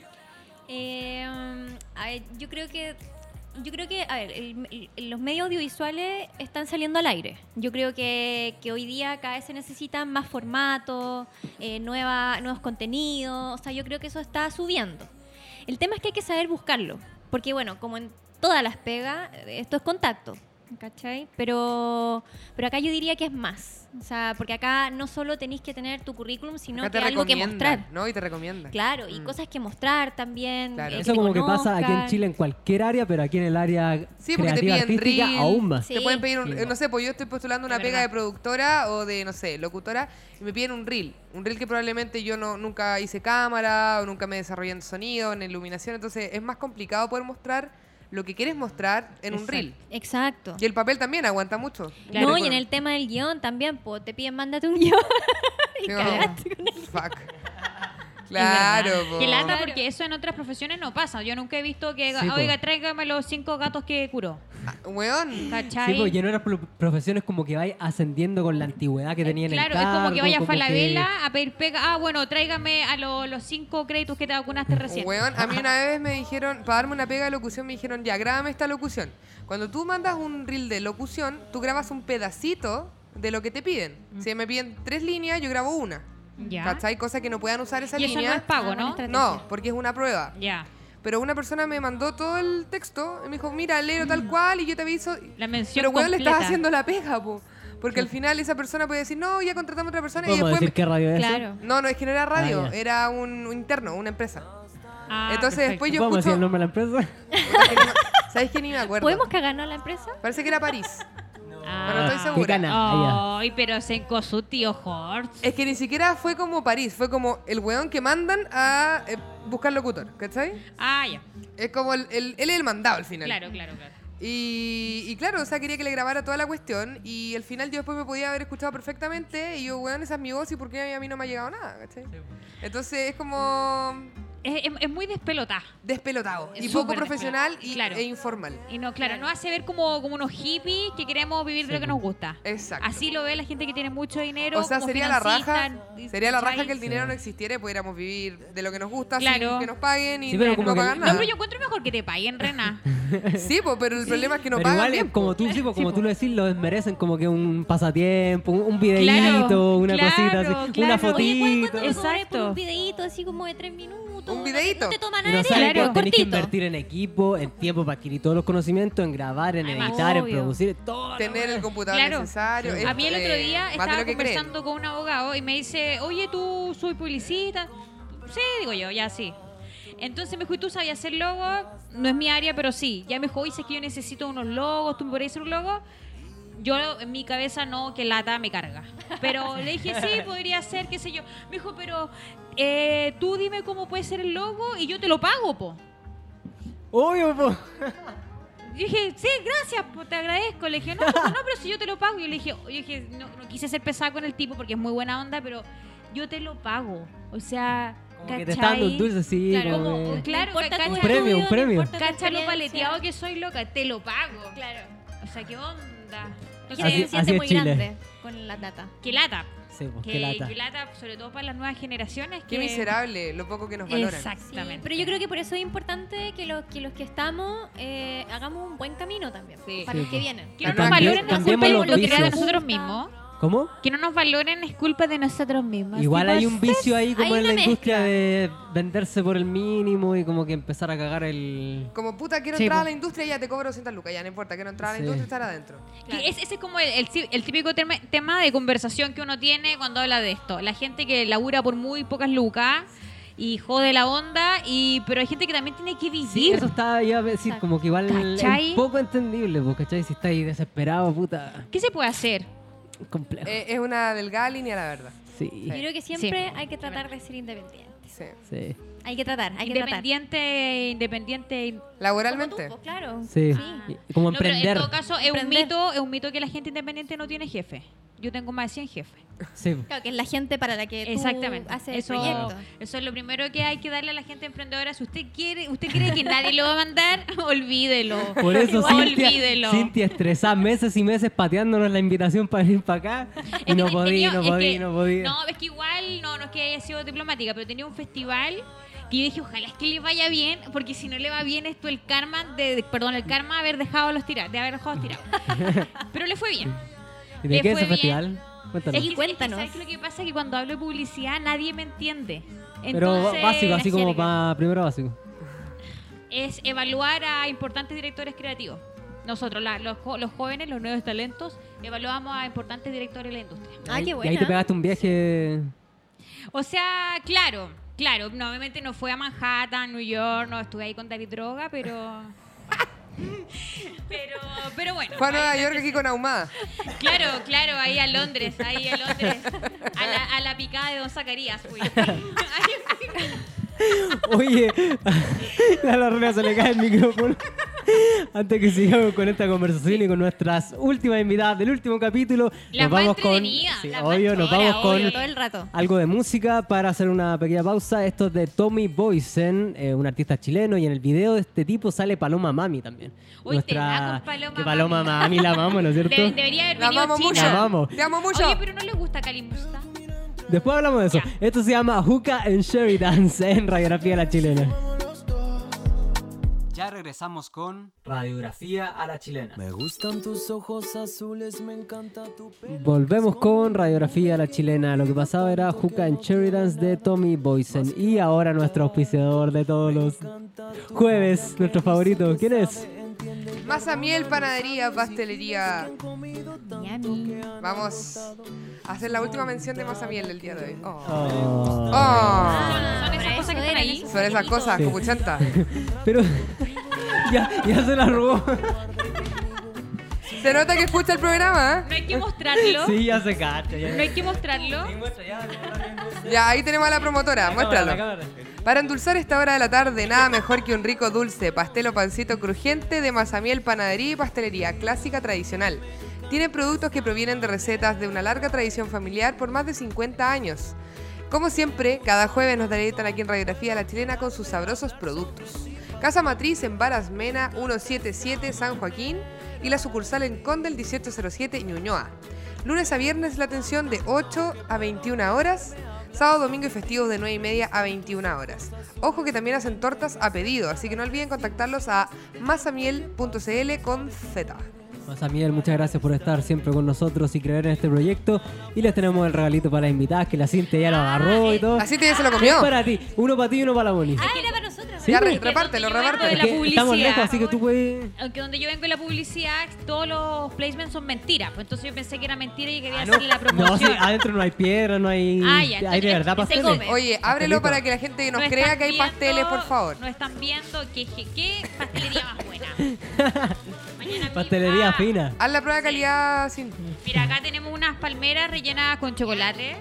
Eh, um, a ver, yo creo que yo creo que, a ver, el- el- los medios audiovisuales están saliendo al aire. Yo creo que, que hoy día cada vez se necesitan más formatos, eh, nueva- nuevos contenidos. O sea, yo creo que eso está subiendo. El tema es que hay que saber buscarlo. Porque, bueno, como en todas las pegas, eh, esto es contacto. ¿Cachai? Pero, pero acá yo diría que es más. O sea, porque acá no solo tenéis que tener tu currículum, sino Acá que te algo que recomiendan, mostrar. ¿no? Y te recomiendan. Claro, y Mm. cosas que mostrar también. Claro. eh, Eso te como que pasa aquí en conozcan. Chile en cualquier área, pero aquí en el área Sí, porque te creativa piden artística reel. aún más. Sí. Te pueden pedir un, Sí. eh, no sé, pues yo estoy postulando una Es pega verdad. de productora o de, no sé, locutora, y me piden un reel. Un reel que probablemente yo no, nunca hice cámara, o nunca me desarrollé en sonido, en iluminación, entonces es más complicado poder mostrar lo que quieres mostrar en un reel. Exacto. Y el papel también aguanta mucho. Claro. no, y en el tema del guión también, po, te piden mándate un guión. y Digo, cagaste con Fuck. Es verdad. Claro, po. Qué lata, porque eso en otras profesiones no pasa. Yo nunca he visto que, Sí, po. oiga, tráigame los cinco gatos que curó. Weón. ¿Cachai? Sí, porque en otras pro- profesiones como que vais ascendiendo con la antigüedad que tenían en el Eh, Claro, es como que vaya a vela Falabella a pedir pega. Ah, bueno, tráigame a lo- los cinco créditos que te vacunaste recién. Weón, a mí una vez me dijeron, para darme una pega de locución, me dijeron, ya, grábame esta locución. Cuando tú mandas un reel de locución, tú grabas un pedacito de lo que te piden. Si me piden tres líneas, yo grabo una. Mm. Ya. ¿Cachai? Cosa que no puedan usar esa Y eso línea. Ah, no es pago, ¿no? No, porque es una prueba. Ya. Pero una persona me mandó todo el texto y me dijo, mira, léelo tal cual y yo te aviso. Mm. La mención Pero weón, le completa. estás haciendo la pega, po. Porque al final esa persona puede decir, no, ya contratamos a otra persona y Podemos después... decir qué radio es. Claro. No, no, es que no era radio, Ah, ya. era un, un interno, una empresa. Ah, Entonces perfecto. después yo ¿Podemos decir escucho... el nombre de la empresa? ¿Sabes que ni me acuerdo? ¿Podemos cagarnos a la empresa? Parece que era París. Ah, Pero estoy segura. ¿Qué cana? Ah, Ay, pero se encó su tío Hortz. Es que ni siquiera fue como París, fue como el weón que mandan a eh, buscar locutor, ¿cachai? Ah, ya. Es como el, el- él es el mandado al final. Claro, claro, claro. Y, y claro, o sea, quería que le grabara toda la cuestión y al final yo después me podía haber escuchado perfectamente y yo, weón, esa es mi voz y por qué a mí no me ha llegado nada, ¿cachai? Entonces es como Es, es- es muy despelotada. despelotado y Súper poco despelotado, profesional y, claro. e informal. Y no, claro, nos hace ver como, como unos hippies que queremos vivir de lo que nos gusta. Exacto. Así lo ve la gente que tiene mucho dinero. o sea, como sería la raja, financista, sería la raja ¿cachai? que el dinero no existiera y pudiéramos vivir de lo que nos gusta sin Claro. que nos paguen y Sí, pero no- como no que- pagar No, No, nada. pero yo encuentro mejor que te paguen, Rena. Sí, po, pero el problema es que no Pero pagan igual, bien. como po. tú, sí, po, como tú lo decís, lo desmerecen como que un pasatiempo, un, un videíto, Claro, una claro, cosita así, una claro. Oye, ¿cuál- fotito. cuánto me cobré por Exacto. un videíto así como de tres minutos? Un No te- videíto. No te toma Y nada no de saben que Claro. tiempo, tenés que cortito. invertir en equipo, en tiempo para adquirir todos los conocimientos, en grabar, en Además, editar, en obvio. producir, todo. Tener el computador Claro. necesario. A mí el otro día eh, más de estaba lo que creen. conversando con un abogado y me dice, oye, tú soy publicista. Sí, digo yo, ya sí. Entonces me dijo, ¿y tú sabías hacer logos? No es mi área, pero sí. Ya me dijo, dices que yo necesito unos logos, ¿tú me podrías hacer un logo? Yo en mi cabeza no, que lata me carga. Pero le dije, sí, podría ser, qué sé yo. Me dijo, pero eh, tú dime cómo puede ser el logo y yo te lo pago, po. Obvio, po. Yo dije, sí, gracias, po, te agradezco. Le dije, no, pues, no, pero si yo te lo pago. Yo le dije, yo dije no, no quise ser pesada con el tipo porque es muy buena onda, pero yo te lo pago. O sea, Como que te está dando un dulce así. Claro, como como- que- un Claro, No importa cacha- tu Un premio, estudio, un no premio. importa tu Cacha lo experiencia. paleteado que soy loca, te lo pago. Claro. O sea, qué onda. Quiere Así- Entonces, decirte así es muy Chile. grande con la data. qué lata. Sí, po, Que, qué lata. que lata, sobre todo para las nuevas generaciones. Qué que- miserable lo poco que nos valoran. Exactamente. Pero yo creo que por eso es importante que los que, los que estamos eh, hagamos un buen camino también. Sí. Para Sí, los que po. vienen. Que no nos Cambie- valoren es culpa cambiemos de los lo que crean de vicios. nosotros mismos. ¿Cómo? Que no nos valoren es culpa de nosotros mismos. Igual Tipo, hay un vicio ahí como hay en la una industria de venderse por el mínimo y como que empezar a cagar el... Como puta, quiero Sí, entrar a po. la industria, ya te cobro 200 lucas, ya no importa, quiero entrar a la Sí. industria y estar adentro. Que es- ese es como el, el ci- el típico tema, tema de conversación que uno tiene cuando habla de esto. La gente que labura por muy pocas lucas y jode la onda, y pero hay gente que también tiene que vivir. Sí, eso está, iba a decir, como que igual ¿Cachai? es poco entendible, po, ¿cachai? Si estáis desesperado, puta, ¿Qué se puede hacer? complejo. Eh, es una delgada línea, la verdad. sí, Yo creo que siempre hay que tratar de ser independiente. Sí. sí. Hay que tratar, hay que tratar. Independiente, independiente. Laboralmente. Como tú, po, claro. Sí. Sí. Y Como No, pero en emprender. todo caso, es un, Emprender. mito, es un mito que la gente independiente no tiene jefe. Yo tengo más de 100 jefes. Sí. Claro, que es la gente para la que tú Exactamente. haces eso, el proyecto. eso es lo primero que hay que darle a la gente emprendedora. Si usted quiere, usted cree que nadie lo va a mandar, olvídelo. Por eso Cintia, olvídelo. Cintia estresada meses y meses pateándonos la invitación para venir para acá Es y que no te- podía, tenía- no es podía, que- no podía. No, es que igual, no, no es que haya sido diplomática, pero tenía un festival que yo dije, ojalá es que le vaya bien, porque si no le va bien esto el karma de, de- perdón, el karma de haber dejado los tirados, de haber dejado tirados. pero le fue bien. ¿Y de le qué es fue ese bien. festival? Cuéntanos. Es que- es que cuéntanos. ¿sabes qué lo que pasa es que cuando hablo de publicidad nadie me entiende. pero Entonces, básico, así la como jerga para primero básico. es evaluar a importantes directores creativos. Nosotros, la- los, jo- los jóvenes, los nuevos talentos, evaluamos a importantes directores de la industria. Ah, Ahí- qué Y ahí te buena. pegaste un viaje. O sea, claro, claro. No, obviamente no fue a Manhattan, New York, no estuve ahí con David Droga, pero. pero, pero bueno. Fue a Nueva ahí- York aquí con Ahumada. Claro, claro, ahí a Londres, ahí a Londres. A la, a la picada de Don Zacarías fui. Ahí fui. Oye, a la reina se le cae el micrófono. Antes que sigamos con esta conversación y con nuestras últimas invitadas del último capítulo, La nos más vamos con. entretenida, Sí, la más obvio, nos chora, vamos con. Obvio, todo el rato. Algo de música para hacer una pequeña pausa. Esto es de Tommy Boysen, eh, un artista chileno, y en el video de este tipo sale Paloma Mami también. Uy, te da con Paloma que Paloma Mami. Mami la amamos, ¿no es cierto? De- debería haber La venido amamos mucho. China. La amamos. Te amo mucho. Oye, pero no le gusta Calimusta. Después hablamos de eso. Ya. Esto se llama Hookah and Sherry Dance en Radiografía La Chilena. Ya regresamos con Radiografía a la Chilena. Me gustan tus ojos azules, me encanta tu pelo. Volvemos con Radiografía a la Chilena. Lo que pasaba era Hookah and Cherry Dance de Tommy Boysen. Y ahora nuestro auspiciador de todos los jueves, nuestro favorito. ¿Quién es? Masa miel, panadería, pastelería. Miami. Vamos a hacer la última mención de masa miel del día de hoy. Oh. Oh. Oh. Son Ah, Para esas eso cosas que están eran ahí. esos Son esas juguetitos. cosas, copuchanta. Pero ya, ya se la robó. Se nota que escucha el programa, No hay que mostrarlo. Sí, ya se cacha. No hay que mostrarlo. ¿eh? Ya, ahí tenemos a la promotora. Muéstralo. Para endulzar esta hora de la tarde, nada mejor que un rico dulce, pastel o pancito crujiente de masamiel, panadería y pastelería clásica tradicional. Tiene productos que provienen de recetas de una larga tradición familiar por más de 50 años. Como siempre, cada jueves nos deleitan aquí en Radiografía La Chilena con sus sabrosos productos. Casa Matriz en Varas Mena 177 San Joaquín y la sucursal en Conde el 1807 Ñuñoa. Lunes a viernes la atención de 8 a 21 horas, sábado, domingo y festivos de 9 y media a 21 horas. Ojo que también hacen tortas a pedido, así que no olviden contactarlos a masamiel.cl con Z. Masamiel, Pues, muchas gracias por estar siempre con nosotros y creer en este proyecto. Y les tenemos el regalito para las invitadas, que la Cintia ya lo agarró y todo. Así te se lo comió. Es para ti, uno para ti y uno para la Bonnie. Ah, era para nosotros. Ya ¿verdad? re- repártelo, Yo vengo de repártelo. la Porque estamos publicidad. lejos, así que tú puedes... Aunque donde yo vengo de la publicidad, todos los placements son mentiras. Pues entonces yo pensé que era mentira y quería hacerle la Ah, No, sí, promoción. adentro no hay piedra, no hay... Ah, ya, hay de entonces, verdad se pasteles. come. Oye, ábrelo Pastelito. para que la gente nos No crea están que hay viendo- pasteles, por favor. No están viendo que, que- qué pastelería más buena. Mañana mismo- Pastelería ah, fina. Haz la prueba de calidad sin... Mira, acá tenemos unas palmeras rellenadas con chocolate.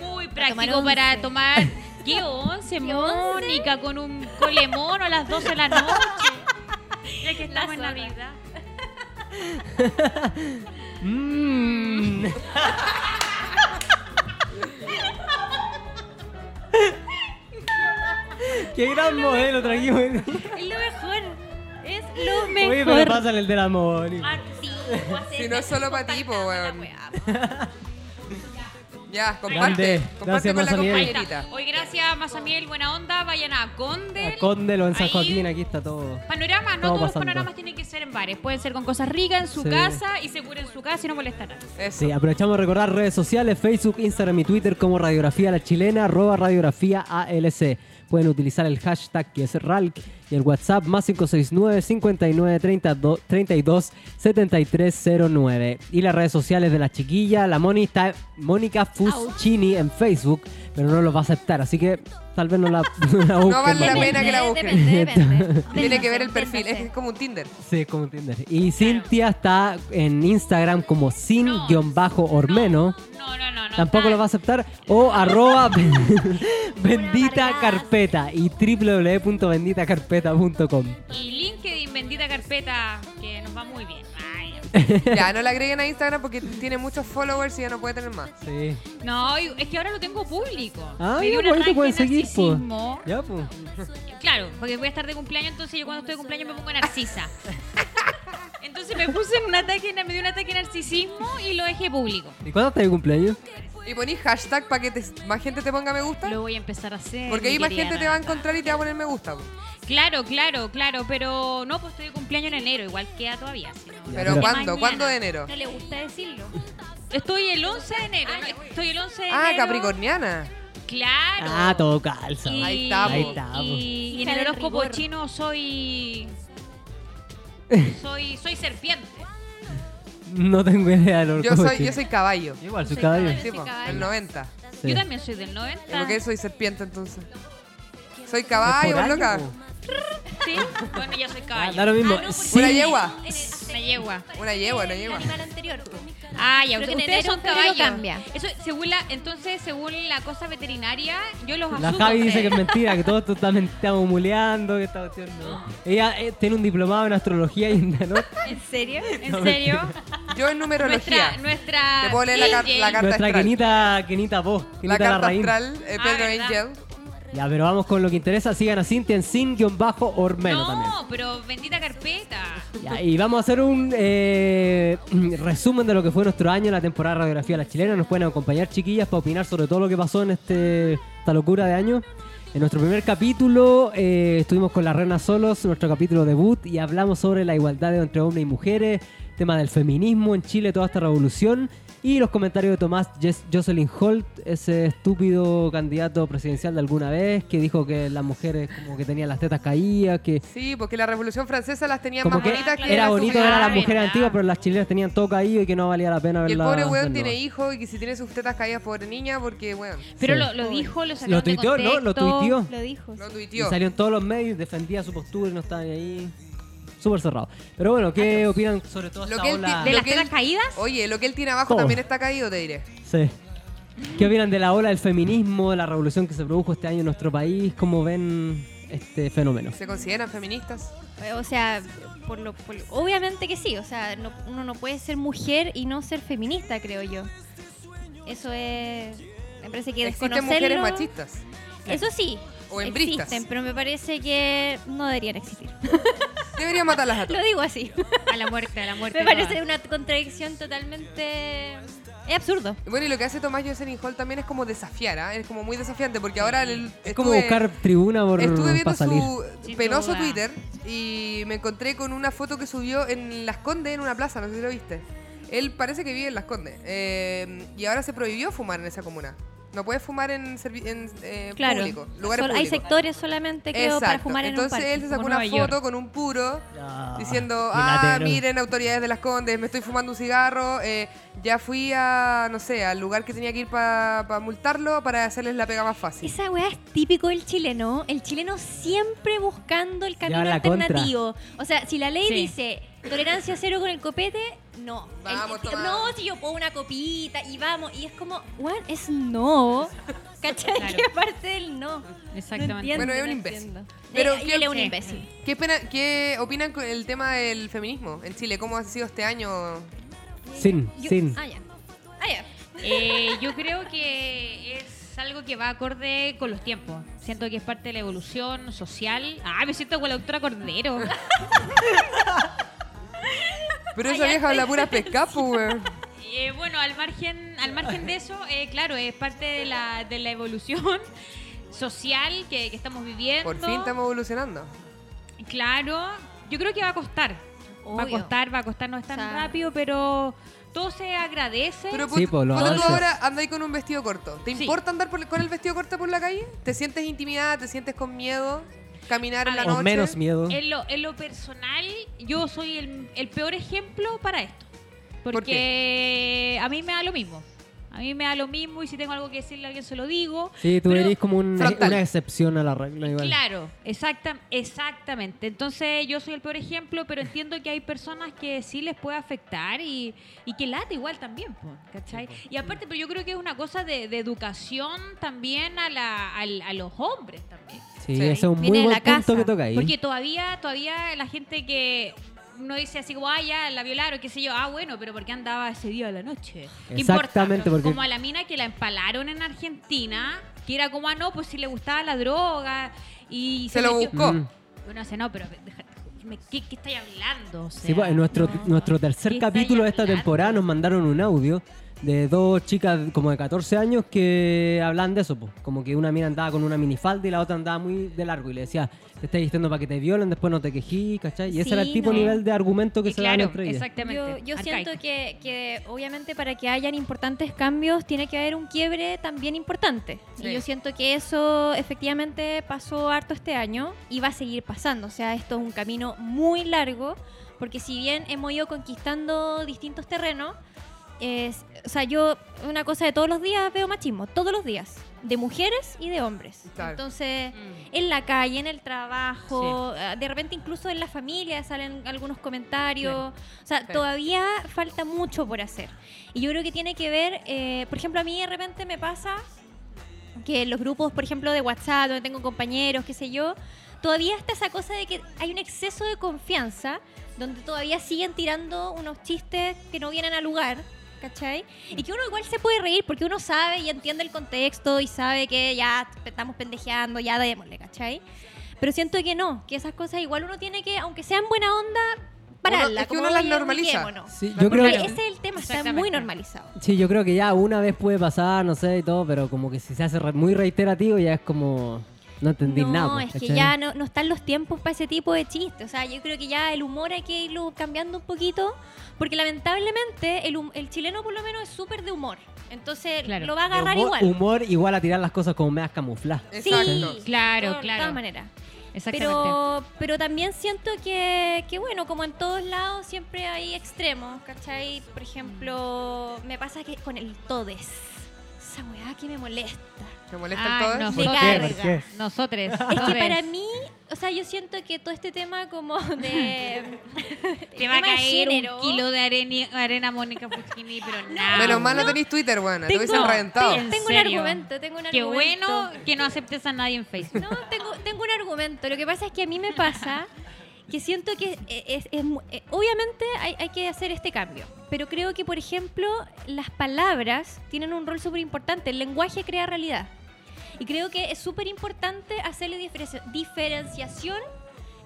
Muy práctico tomar para once. tomar. ¿Qué once, ¿Qué once? Mónica? Con un colemono a las 12 de la noche. Ya que estamos en Navidad. Mmm. Mm. Qué gran modelo trajimos. Es lo mejor. Es lo mejor. Oye, pero pásale el de la Moni. Si no es solo pa' ti, po, weón. Ya, comparte. Grande. Comparte Gracias, con la Masamiel. Ahí está. compañerita. Hoy gracias a Masamiel, buena onda. Vayan a Condel. A Cóndelo en San Ahí- Joaquín, aquí está todo. Panoramas, no Estamos todos los pasando. panoramas tienen que ser en bares. Pueden ser con cosas ricas en su Sí. casa y se cura en su casa y no molestarán. Eso. Sí, aprovechamos de recordar redes sociales, Facebook, Instagram y Twitter como Radiografía La Chilena, arroba Radiografía ALC. Pueden utilizar el hashtag que es RALC y el WhatsApp más 569 59 32 32 7309. Y las redes sociales de la chiquilla, la Moni está Mónica Fuscini en Facebook, pero no los va a aceptar, así que tal vez no la, no la busquen, No vale la mamá. pena que la busquen. Depende, depende, depende. Tiene que ver el Depende, perfil. Es depende. como un Tinder. Sí, como Tinder. Y Cintia está en Instagram como No. sin-ormeno. No, no, no. no Tampoco lo va a aceptar. O arroba ben- bendita carpeta y www.benditacarpeta.com. Y LinkedIn, bendita carpeta, que nos va muy bien. Ay, Ya, no la agreguen a Instagram porque tiene muchos followers y ya no puede tener más. Sí. no, y- es que ahora lo tengo público. Ah, Me dio ya, pues un ahí arranque te pueden de seguir, pues. narcisismo. Ya, pues. Claro, porque voy a estar de cumpleaños, entonces yo cuando estoy de cumpleaños me pongo narcisa. Entonces me puse en un ataque, me dio un ataque de narcisismo y lo dejé público. ¿Y cuándo está mi cumpleaños? Y poní hashtag para que te- más gente te ponga me gusta. Lo voy a empezar a hacer. Porque mi ahí más querida gente te va a Renata. encontrar y te va a poner me gusta. po. Claro, claro, claro, pero no, pues estoy de cumpleaños en enero, igual queda todavía. si no- Pero pero- ¿cuándo? Mañana. ¿Cuándo de enero? No le gusta decirlo. Estoy el 11 de enero, Ah, no, estoy el 11 de enero. Ah, Capricorniana. Claro. Ah, todo calza. Y- Ahí está, po. Ahí está, po. Y, y en el Hija del horóscopo rigor. chino soy. Soy, soy serpiente. No tengo idea de lo Yo soy, yo soy caballo. Igual, soy soy caballo. caballo. Sí, soy po, caballo. el 90. Sí. Yo también soy del 90. Porque soy serpiente entonces. Soy ¿Es caballo, por vos año, loca. po? Sí. Bueno, yo soy Ah, caballo. da lo mismo. Ah, no, porque Sí. Una yegua. En el- Una yegua. Una yegua, una yegua. El animal anterior. po. Ah, ya, Creo que en ustedes enero, son febrero caballos. cambia. Eso, según la, entonces, según la cosa veterinaria, yo los La asumo. Javi dice que es mentira, que todos totalmente estamos muleando, que esta cuestión no. Ella eh, tiene un diplomado en astrología y en tarot. ¿En serio? ¿En serio? Yo en numerología. Nuestra, nuestra. Te puedo leer la, car- Angel. la carta Nuestra astral. Kenita, Kenita vos, la Kenita carta Larraín. astral, eh, Ah, Pedro ¿verdad? Angel. Ya, pero vamos con lo que interesa. Sigan a Cintia en sin-ormeno No, también. pero bendita carpeta. Ya, y vamos a hacer un eh, resumen de lo que fue nuestro año, la temporada de Radiografía de la Chilena. Nos pueden acompañar, chiquillas, para opinar sobre todo lo que pasó en este, esta locura de año. En nuestro primer capítulo eh, estuvimos con la Rena Solos, nuestro capítulo debut, y hablamos sobre la igualdad entre hombres y mujeres, tema del feminismo en Chile, toda esta revolución. Y los comentarios de Tomás Yes- Jocelyn Holt, ese estúpido candidato presidencial de alguna vez, que dijo que las mujeres como que tenían las tetas caídas, que Sí, porque la Revolución Francesa las tenía como más que bonitas que era las bonito ver sujetas. a las sujetas, mujeres ¿verdad? antiguas, pero las chilenas tenían todo caído y que no valía la pena verlas. Y el pobre weón desnudas. tiene hijo y que si tiene sus tetas caídas, pobre niña, porque, weón, Pero Sí. lo, lo dijo, lo sacaron Lo tuiteó, de ¿no? Lo contexto. tuiteó. Lo dijo. lo Y tuiteó. salió en todos los medios, y defendía su postura y no estaba ni ahí. Súper cerrado. Pero bueno, ¿qué opinan sobre todo Lo esta que él ola? ¿De Lo las que él- tetas caídas? Oye, lo que él tiene abajo Todo. también está caído, te diré. Sí. ¿Qué opinan de la ola del feminismo, de la revolución que se produjo este año en nuestro país? ¿Cómo ven este fenómeno? ¿Se consideran feministas? Eh, O sea, por lo, por lo- obviamente que sí. O sea, no- uno no puede ser mujer y no ser feminista, creo yo. Eso es. Me parece que Existen desconocerlo. mujeres machistas. Eso sí. O hembristas. existen, pero me parece que no deberían existir. Deberían matarlas a Lo todas. digo así. A la muerte, a la muerte. Me parece una contradicción totalmente. Es absurdo. Bueno, y lo que hace Tomás Jocelyn Hall también es como desafiar, ¿ah? es como muy desafiante, porque ahora el- Es como estuve- buscar tribuna por, Estuve viendo para salir. su Sin penoso duda. Twitter y me encontré con una foto que subió en Las Condes, en una plaza, no sé si lo viste. Él parece que vive en Las Condes. eh, y ahora se prohibió fumar en esa comuna. No puedes fumar en, servi- en, eh, Claro. público, lugares Solo hay públicos. sectores solamente, creo, para Exacto. fumar en Entonces un parque. él se sacó como una Nueva foto con un puro diciendo, qué ah, latero". miren autoridades de las Condes, me estoy fumando un cigarro, eh, ya fui a, no sé, al lugar que tenía que ir para multarlo para hacerles la pega más fácil. Esa weá es típico del chileno. El chileno siempre buscando el camino la alternativo. O sea, si la ley Sí. dice tolerancia cero con el copete, no. Vamos, El- toma. no, si yo pongo una copita y vamos. Y es como, weón, es no. ¿Cachai? Claro. Que parte del no. No Exactamente. entiendo, Bueno, es un no imbécil. entiendo. Pero Eh, y ¿qué- él es un Sí. imbécil. ¿Qué, pena- ¿Qué opinan con el tema del feminismo en Chile? ¿Cómo ha sido este año? Sin, Yo- sin. Ah, ya. Ah, ya. Eh, yo creo que es algo que va acorde con los tiempos. Siento que es parte de la evolución social. Ah, me siento con la doctora Cordero. Pero esa vieja habla pura pesca, po, weón. Eh, bueno, al margen, al margen de eso, eh, claro, es parte de la, de la evolución social que, que estamos viviendo. Por fin estamos evolucionando. Claro, yo creo que va a costar. Va a Obvio. costar, va a costar, no es tan O sea- rápido, pero todo se agradece. Pero Sí, po, los ponte tú avances. ahora andáis con un vestido corto. ¿Te Sí. importa andar por- con el vestido corto por la calle? ¿Te sientes intimidada? ¿Te sientes con miedo? ¿Caminar A en la ver. O noche? menos miedo. En lo, en lo personal, yo soy el, el peor ejemplo para esto. ¿Por Porque a mí me da lo mismo. A mí me da lo mismo y si tengo algo que decirle a alguien se lo digo. Sí, tú Pero- eres como un- Frontal. una excepción a la regla igual. Claro, exacta, exactamente. Entonces yo soy el peor ejemplo, pero entiendo que hay personas que sí les puede afectar y, y que late igual también, po, ¿cachai? Y aparte, pero yo creo que es una cosa de, de educación también a, la, al- a los hombres también. Sí, Sí. ese es un muy Viene de buen la punto casa, que toca ahí. Porque todavía, todavía la gente que uno dice así como, ah, ya, la violaron, qué sé yo, ah, bueno, pero ¿por qué andaba ese día de la noche? ¿Qué importa? Exactamente, porque- Como a la mina que la empalaron en Argentina, que era como, ah, no, pues si le gustaba la droga y Se lo metió- buscó. Mm. Bueno, hace no, pero deja- me- ¿qué, qué estáis hablando? O sea, Sí, pues, en nuestro, no. nuestro tercer ¿Qué capítulo de estáis esta hablando? temporada nos mandaron un audio de dos chicas como de 14 años que hablan de eso, pues. como que una mina andaba con una minifalda y la otra andaba muy de largo y le decía, te estás vistiendo para que te violen, después no te quejí, ¿cachai? Y ese Sí, era el tipo no. nivel de argumento que Y se claro, daban entre ellas. exactamente. Yo, yo Arcaico. siento que, que obviamente para que hayan importantes cambios tiene que haber un quiebre también importante. Sí. Y yo siento que eso efectivamente pasó harto este año y va a seguir pasando. O sea, esto es un camino muy largo porque si bien hemos ido conquistando distintos terrenos, es, o sea, yo una cosa de todos los días veo machismo, todos los días, de mujeres y de hombres. Claro. Entonces Mm. en la calle, en el trabajo, ah, de repente incluso en la familia salen algunos comentarios. O sea, Claro. todavía falta mucho por hacer. Y yo creo que tiene que ver, eh, por ejemplo, a mí de repente me pasa que en los grupos, por ejemplo, de WhatsApp, donde tengo compañeros, qué sé yo, todavía está esa cosa de que hay un exceso de confianza, donde todavía siguen tirando unos chistes que no vienen al lugar. ¿Cachai? Y que uno igual se puede reír porque uno sabe y entiende el contexto y sabe que ya estamos pendejeando, ya démosle, ¿cachai? Pero siento que no, que esas cosas igual uno tiene que, aunque sean buena onda, pararla. es que como, uno las "Oye, normaliza". ubiquémonos". Sí, yo creo Porque que... ese es el tema, está Exactamente. muy normalizado. Sí, yo creo que ya una vez puede pasar, no sé, y todo, pero como que si se hace re- muy reiterativo ya es como... No entendí no, nada. po, es que ¿cachai? ya no, no están los tiempos para ese tipo de chistes. O sea, yo creo que ya el humor hay que irlo cambiando un poquito, porque lamentablemente el, hum- el chileno por lo menos es súper de humor. Entonces Claro. lo va a agarrar humor, igual. Humor igual a tirar las cosas como meas camufladas. Sí, Claro, todo- claro. De todas maneras. Exactamente. Pero, pero también siento que, que, bueno, como en todos lados siempre hay extremos, ¿cachai? Por ejemplo, me pasa que con el todes. Esa weá que me molesta. ¿Te Ah, molestan Ay, todos? Me nosotros, carga. nosotros. Es que para mí, o sea, yo siento que todo este tema como de... Te va a tema de caer género, un kilo de arena, arena Mónica Fuschini, pero nada. Menos mal no tenéis Twitter, bueno, te hubiesen tengo- reventado. ¿En Tengo un serio? argumento, tengo un argumento. Qué bueno que no aceptes a nadie en Facebook. No, tengo, tengo un argumento. Lo que pasa es que a mí me pasa que siento que es, es- es mu- eh, obviamente hay, hay que hacer este cambio. Pero creo que, por ejemplo, las palabras tienen un rol súper importante. El lenguaje crea realidad. Y creo que es súper importante hacerle diferenci- diferenciación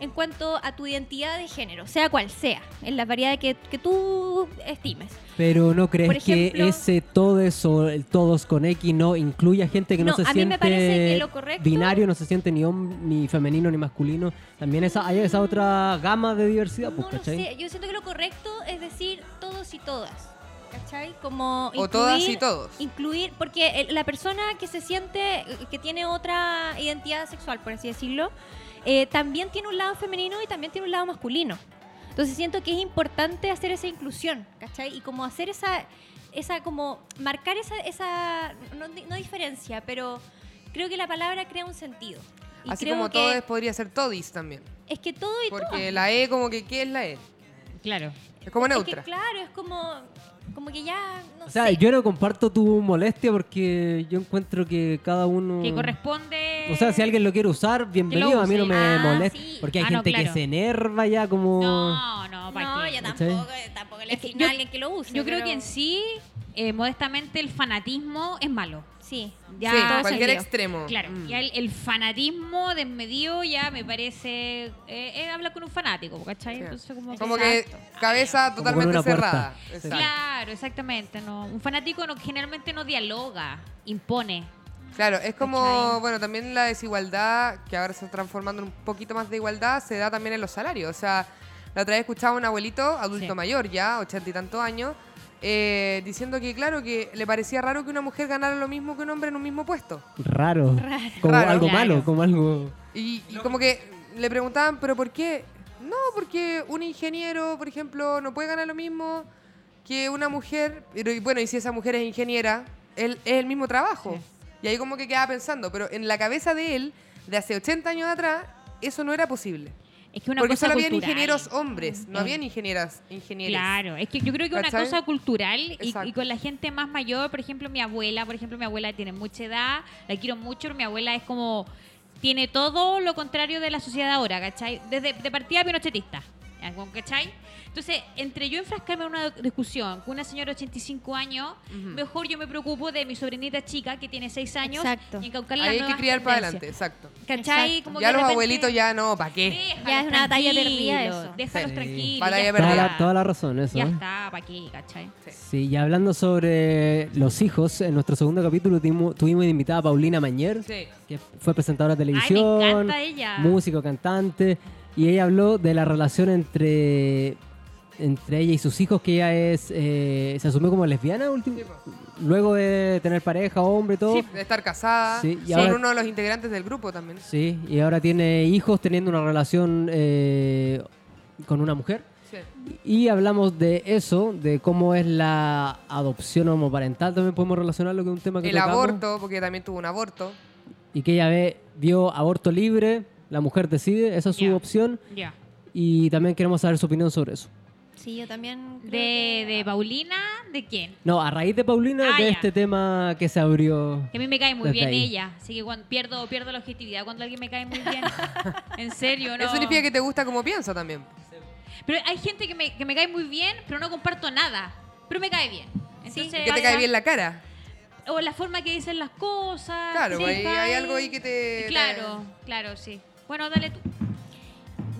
en cuanto a tu identidad de género, sea cual sea, en la variedad que, que tú estimes. Pero ¿no crees Por ejemplo- que ese todes o el todos con X no incluye a gente que no, No, se a mí siente me parece que lo correcto- binario, no se siente ni, hom- ni femenino ni masculino? También esa, hay esa otra gama de diversidad, pues, No lo ¿cachai? sé, yo siento que lo correcto es decir todos y todas. ¿Cachai? Como O todas y incluir- todos. Incluir, porque el- la persona que se siente, eh, que tiene otra identidad sexual, por así decirlo, eh, también tiene un lado femenino y también tiene un lado masculino. Entonces siento que es importante hacer esa inclusión, ¿cachai? Y como hacer esa, esa como marcar esa, esa no, no diferencia, pero creo que la palabra crea un sentido. Y Así creo como que todos podría ser todis también. es que todo y todo. Porque la E, como que, ¿qué es la E? Claro. Es como Es que, neutra. claro, es como, como que ya, no O sea, sé. yo no comparto tu molestia porque yo encuentro que cada uno... Que corresponde. Mm. O sea, si alguien lo quiere usar, bienvenido. a mí no use. me Ah, molesta. sí. Porque hay Ah, no, gente que claro. se enerva ya como... No, no, ¿para No, qué? yo ¿Cachai? tampoco, tampoco le Es que afirmo a yo- alguien que lo use. Yo creo pero- que en sí, eh, modestamente, el fanatismo es malo. Sí. Ya, sí, todo cualquier sentido. extremo. Mm. Claro, ya el, el fanatismo desmedido ya me parece. eh, eh, habla con un fanático, ¿cachai? Sí. Entonces, como, Como que cabeza con totalmente una puerta. cerrada. Sí. Exacto. Claro, exactamente. No. Un fanático no, generalmente no dialoga, impone. Claro, es como, ¿Cachai? bueno, también la desigualdad, que ahora se está transformando en un poquito más de igualdad, se da también en los salarios. O sea, la otra vez escuchaba a un abuelito, adulto Sí. mayor ya, ochenta y tantos años, eh, diciendo que, claro, que le parecía raro que una mujer ganara lo mismo que un hombre en un mismo puesto. Raro. Como Raro. algo Claro. malo, como algo... Y, y como que le preguntaban, ¿pero por qué? No, porque un ingeniero, por ejemplo, no puede ganar lo mismo que una mujer. Pero y bueno, y si esa mujer es ingeniera, él, es el mismo trabajo. Y ahí como que quedaba pensando, pero en la cabeza de él, de hace 80 años atrás, eso no era posible. Es que una porque cosa solo habían cultural. ingenieros hombres, no Mm. habían ingenieras, ingenieros. Claro, es que yo creo que una ¿Cachai? cosa cultural y- y, Exacto. con la gente más mayor, por ejemplo, mi abuela, por ejemplo, mi abuela tiene mucha edad, la quiero mucho, pero mi abuela es como, tiene todo lo contrario de la sociedad ahora, ¿cachai? Desde de partida pinochetista, ¿ya? Como, ¿cachai? Entonces, entre yo enfrascarme en una discusión con una señora de 85 años, mejor yo me preocupo de mi sobrinita chica que tiene 6 años Exacto. y encauzar las Ahí hay que nuevas criar para tendencias, adelante, exacto. ¿Cachai? Exacto. Como Ya que de los repente, abuelitos ya no, ¿para qué? déjalos Ya es una batalla perdida tranquilos, eso. Déjalos Sí. tranquilos. Batalla ya Toda perdida. está. la, toda la razón, eso. Ya ¿eh? está, pa' aquí, ¿cachai? Sí, y hablando sobre los hijos, en nuestro segundo capítulo tuvimos, tuvimos invitada a Paulina Mañer, Sí. que fue presentadora de Ay, me televisión, encanta ella. músico, cantante, y ella habló de la relación entre, entre ella y sus hijos, que ella es eh, se asumió como lesbiana ultim- Sí, po. luego de tener pareja, hombre, todo. Sí. De estar casada, Sí, y son ahora- uno de los integrantes del grupo también. y ahora tiene hijos teniendo una relación eh, con una mujer. Sí. Y hablamos de eso, de cómo es la adopción homoparental, también podemos relacionarlo con un tema que El tocamos. aborto, porque también tuvo un aborto. y que ella ve, vio aborto libre, la mujer decide, esa es su Ya. opción, Ya. y también queremos saber su opinión sobre eso. Sí, yo también. creo De, que- de Paulina, ¿de quién? No, a raíz de Paulina, Ah, de ya. este tema que se abrió. Que a mí me cae muy Desde bien ahí. ella. Así que cuando pierdo, pierdo la objetividad cuando alguien me cae muy bien. en serio, ¿no? Eso significa que te gusta como piensa también. Pero hay gente que me, que me cae muy bien, pero no comparto nada. Pero me cae bien. Entonces, Que te cae bien la cara. O la forma que dicen las cosas. Ah, Claro, pues, sí, ahí está hay algo ahí que te. Claro, claro, sí. Bueno, dale tú.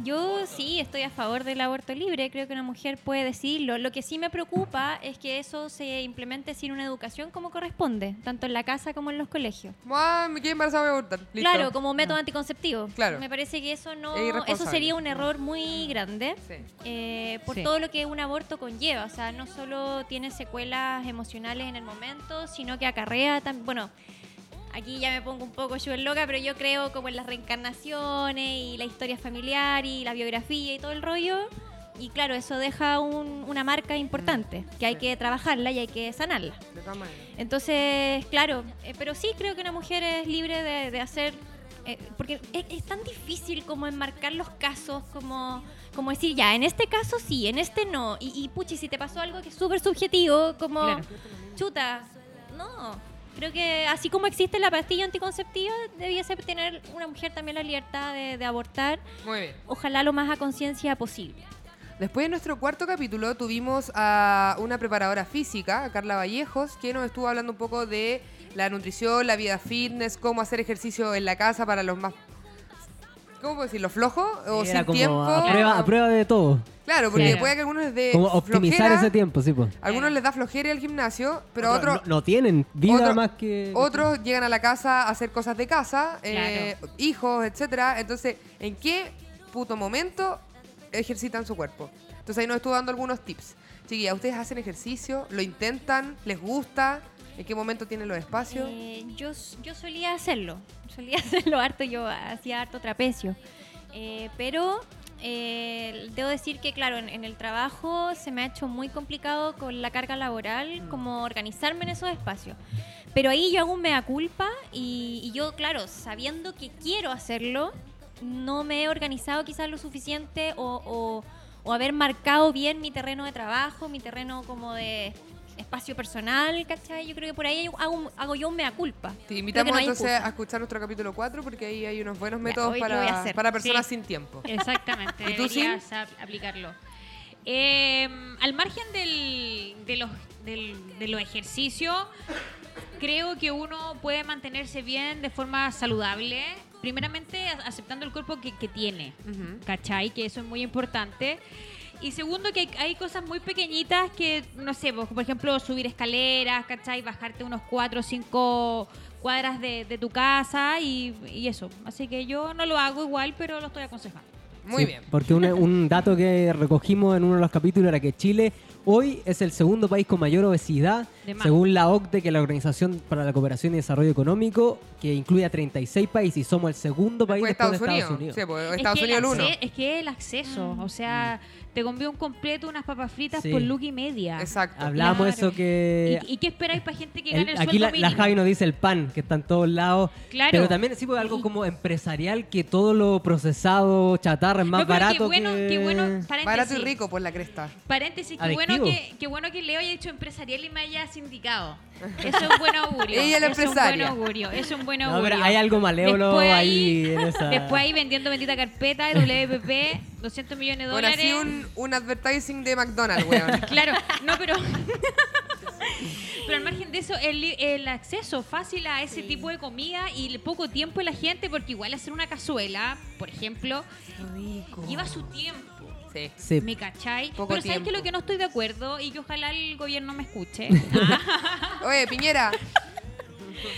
Yo sí estoy a favor del aborto libre, creo que una mujer puede decidirlo. Lo que sí me preocupa es que eso se implemente sin una educación como corresponde, tanto en la casa como en los colegios. Ah, me quedé embarazada, voy a abortar. Listo. Claro, como método anticonceptivo. Claro. Me parece que eso no Es irresponsable. Mm. eso sería un error muy grande Sí. eh, por Sí. todo lo que un aborto conlleva. O sea, no solo tiene secuelas emocionales en el momento, sino que acarrea también. Bueno, aquí ya me pongo un poco yo en loca, pero yo creo como en las reencarnaciones y la historia familiar y la biografía y todo el rollo. Y claro, eso deja un- una marca importante que hay Sí. que trabajarla y hay que sanarla. De todas maneras. Entonces, claro, eh, pero sí creo que una mujer es libre de, de hacer, eh, porque es, es tan difícil como enmarcar los casos, como, como decir, ya, en este caso sí, en este no, y, y puchi, si te pasó algo que es súper subjetivo, como Claro. chuta, no. Creo que así como existe la pastilla anticonceptiva, debiese tener una mujer también la libertad de, de abortar, Muy bien. ojalá lo más a conciencia posible. Después de nuestro cuarto capítulo tuvimos a una preparadora física, a Carla Vallejos, que nos estuvo hablando un poco de la nutrición, la vida fitness, cómo hacer ejercicio en la casa para los más... ¿Cómo puedo decirlo? ¿Flojo? ¿O Era sin como tiempo? A, prueba, a prueba de todo. Claro, porque Claro. puede que algunos les dé Como optimizar flojera, ese tiempo, sí, pues. algunos les da flojera ir al gimnasio, pero Otro- otros... no, no tienen vida otro- más que. Otros llegan a la casa a hacer cosas de casa, eh, hijos, etcétera. Entonces, ¿en qué puto momento ejercitan su cuerpo? Entonces ahí nos estuvo dando algunos tips. Chiquilla, ¿ustedes hacen ejercicio? ¿Lo intentan? ¿Les gusta? ¿En qué momento tienen los espacios? Eh, yo, s- yo solía hacerlo, solía hacerlo harto, yo hacía harto trapecio. Eh, pero eh, debo decir que, claro, en, en el trabajo se me ha hecho muy complicado con la carga laboral, como organizarme en esos espacios. Pero ahí yo hago un mea culpa y, y yo, claro, sabiendo que quiero hacerlo, no me he organizado quizás lo suficiente o, o- o haber marcado bien mi terreno de trabajo, mi terreno como de espacio personal, ¿cachai? Yo creo que por ahí yo hago, un- hago yo un mea culpa. Te Creo que invitamos no hay entonces excusa. a escuchar nuestro capítulo 4 porque ahí hay unos buenos métodos hoy lo voy a para, hacer. para personas Sí. sin tiempo. Exactamente, ¿Y tú, deberías ap- aplicarlo. Eh, al margen del, de, los, del- de los ejercicios, creo que uno puede mantenerse bien de forma saludable, primeramente a- aceptando el cuerpo que, que tiene, ¿cachai? Que eso es muy importante. Y segundo, que hay, hay cosas muy pequeñitas que, no sé, vos, por ejemplo, subir escaleras, ¿cachai? Bajarte unos 4 o 5 cuadras de, de tu casa y, y eso. Así que yo no lo hago igual, pero lo estoy aconsejando. Muy Sí, bien. Porque un, un dato que recogimos en uno de los capítulos era que Chile hoy es el segundo país con mayor obesidad, De más. según la OCDE, que es la Organización para la Cooperación y Desarrollo Económico, que incluye a 36 países y somos el segundo país Pues después Estados, de Unidos. Estados Unidos. Sí, pues, Estados es que Unidos el Mm. el 1. acce- Es que el acceso, o sea, te conviene un completo, unas papas fritas Sí. por look y media. Exacto. Hablamos Claro. eso que... ¿Y, y qué esperáis para gente que el- gane el aquí la, sueldo la mínimo? Javi nos dice el pan, que está en todos lados. Claro. Pero también sí, pues, algo como empresarial, que todo lo procesado, chatarra, es más No, pero barato qué bueno, que... qué bueno, paréntesis. Barato y rico, pues la cresta. Paréntesis, qué bueno, Adictivo. que, qué bueno que Leo haya hecho empresarial y me haya sindicado. Eso es un buen augurio. Ella es la empresaria. Es un buen augurio. Es un buen No, augurio. pero hay algo malévolo Después ahí, en esa... Después ahí vendiendo bendita carpeta, WPP, 200 millones de Bueno, dólares. así un, un advertising de McDonald's, weón. Claro, no, pero. pero al margen de eso, el, li- el acceso fácil a ese tipo de comida y el poco tiempo de la gente, porque igual hacer una cazuela, por ejemplo, lleva su tiempo. Sí. Sí. ¿Me cachai? Poco pero sabes tiempo. que lo que no estoy de acuerdo y que ojalá el gobierno me escuche. Oye, Piñera,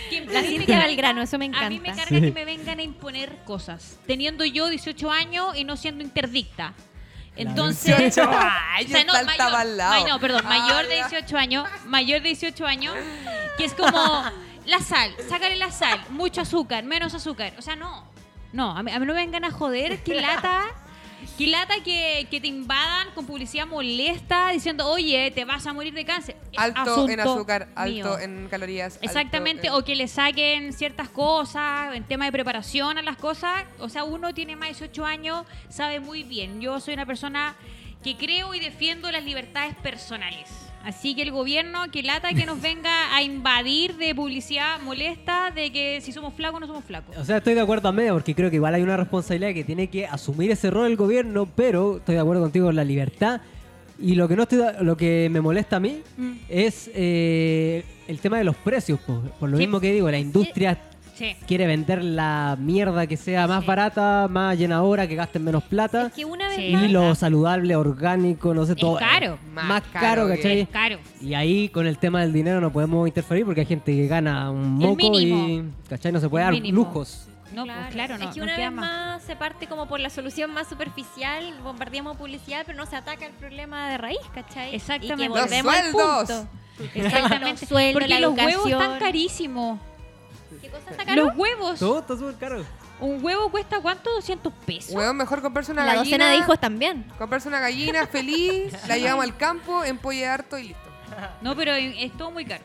que a La mí me Cintia va carga- al grano, eso me A mí me encanta. carga que me vengan a imponer cosas, teniendo yo 18 años y no siendo interdicta. Entonces, 18 años, salta pa'l lado. ay, no, perdón, mayor de Ah, ya. 18 años, mayor de 18 años, que es como la sal, sácale la sal, mucho azúcar, menos azúcar, o sea, no. No, a mí, a mí no me vengan a joder, qué lata. Qué lata que, que te invadan con publicidad molesta diciendo, "Oye, te vas a morir de cáncer." Es alto en asunto azúcar, alto mío. en calorías. alto Exactamente, en- o que le saquen ciertas cosas, en tema de preparación a las cosas. O sea, uno tiene más de 18 años, sabe muy bien. Yo soy una persona que creo y defiendo las libertades personales. Así que el gobierno que lata que nos venga a invadir de publicidad molesta de que si somos flacos no somos flacos. O sea, estoy de acuerdo a medio, porque creo que igual hay una responsabilidad que tiene que asumir ese rol el gobierno, pero estoy de acuerdo contigo en la libertad. Y lo que no estoy de- lo que me molesta a mí Mm. es eh, el tema de los precios, po. por lo Sí. mismo que digo, la industria Sí. Quiere vender la mierda que sea más barata, más llenadora, que gasten menos plata. Es que una vez Sí. Y más, lo saludable, orgánico, no sé, Es todo. eh. caro. Más, caro, que- ¿cachai? Es caro. Y ahí con el tema del dinero no podemos interferir porque hay gente que gana un El moco y. mínimo. ¿cachai? No se puede El dar mínimo. lujos. No, claro, claro no. es que no una queda vez más se parte como por la solución más superficial, bombardeamos publicidad, pero no se ataca el problema de raíz, ¿cachai? Exactamente. Y que Los volvemos al sueldos. punto. Exactamente. Los sueldos, Porque la los huevos están educación. carísimos. ¿Qué cosa está caro? Los huevos. Todo está súper caro. Un huevo cuesta cuánto? 200 pesos. Weón, mejor comprarse una La gallina. docena de hijos también. Comprarse una gallina feliz, la llevamos al campo, empolle harto y listo. No, pero es todo muy caro.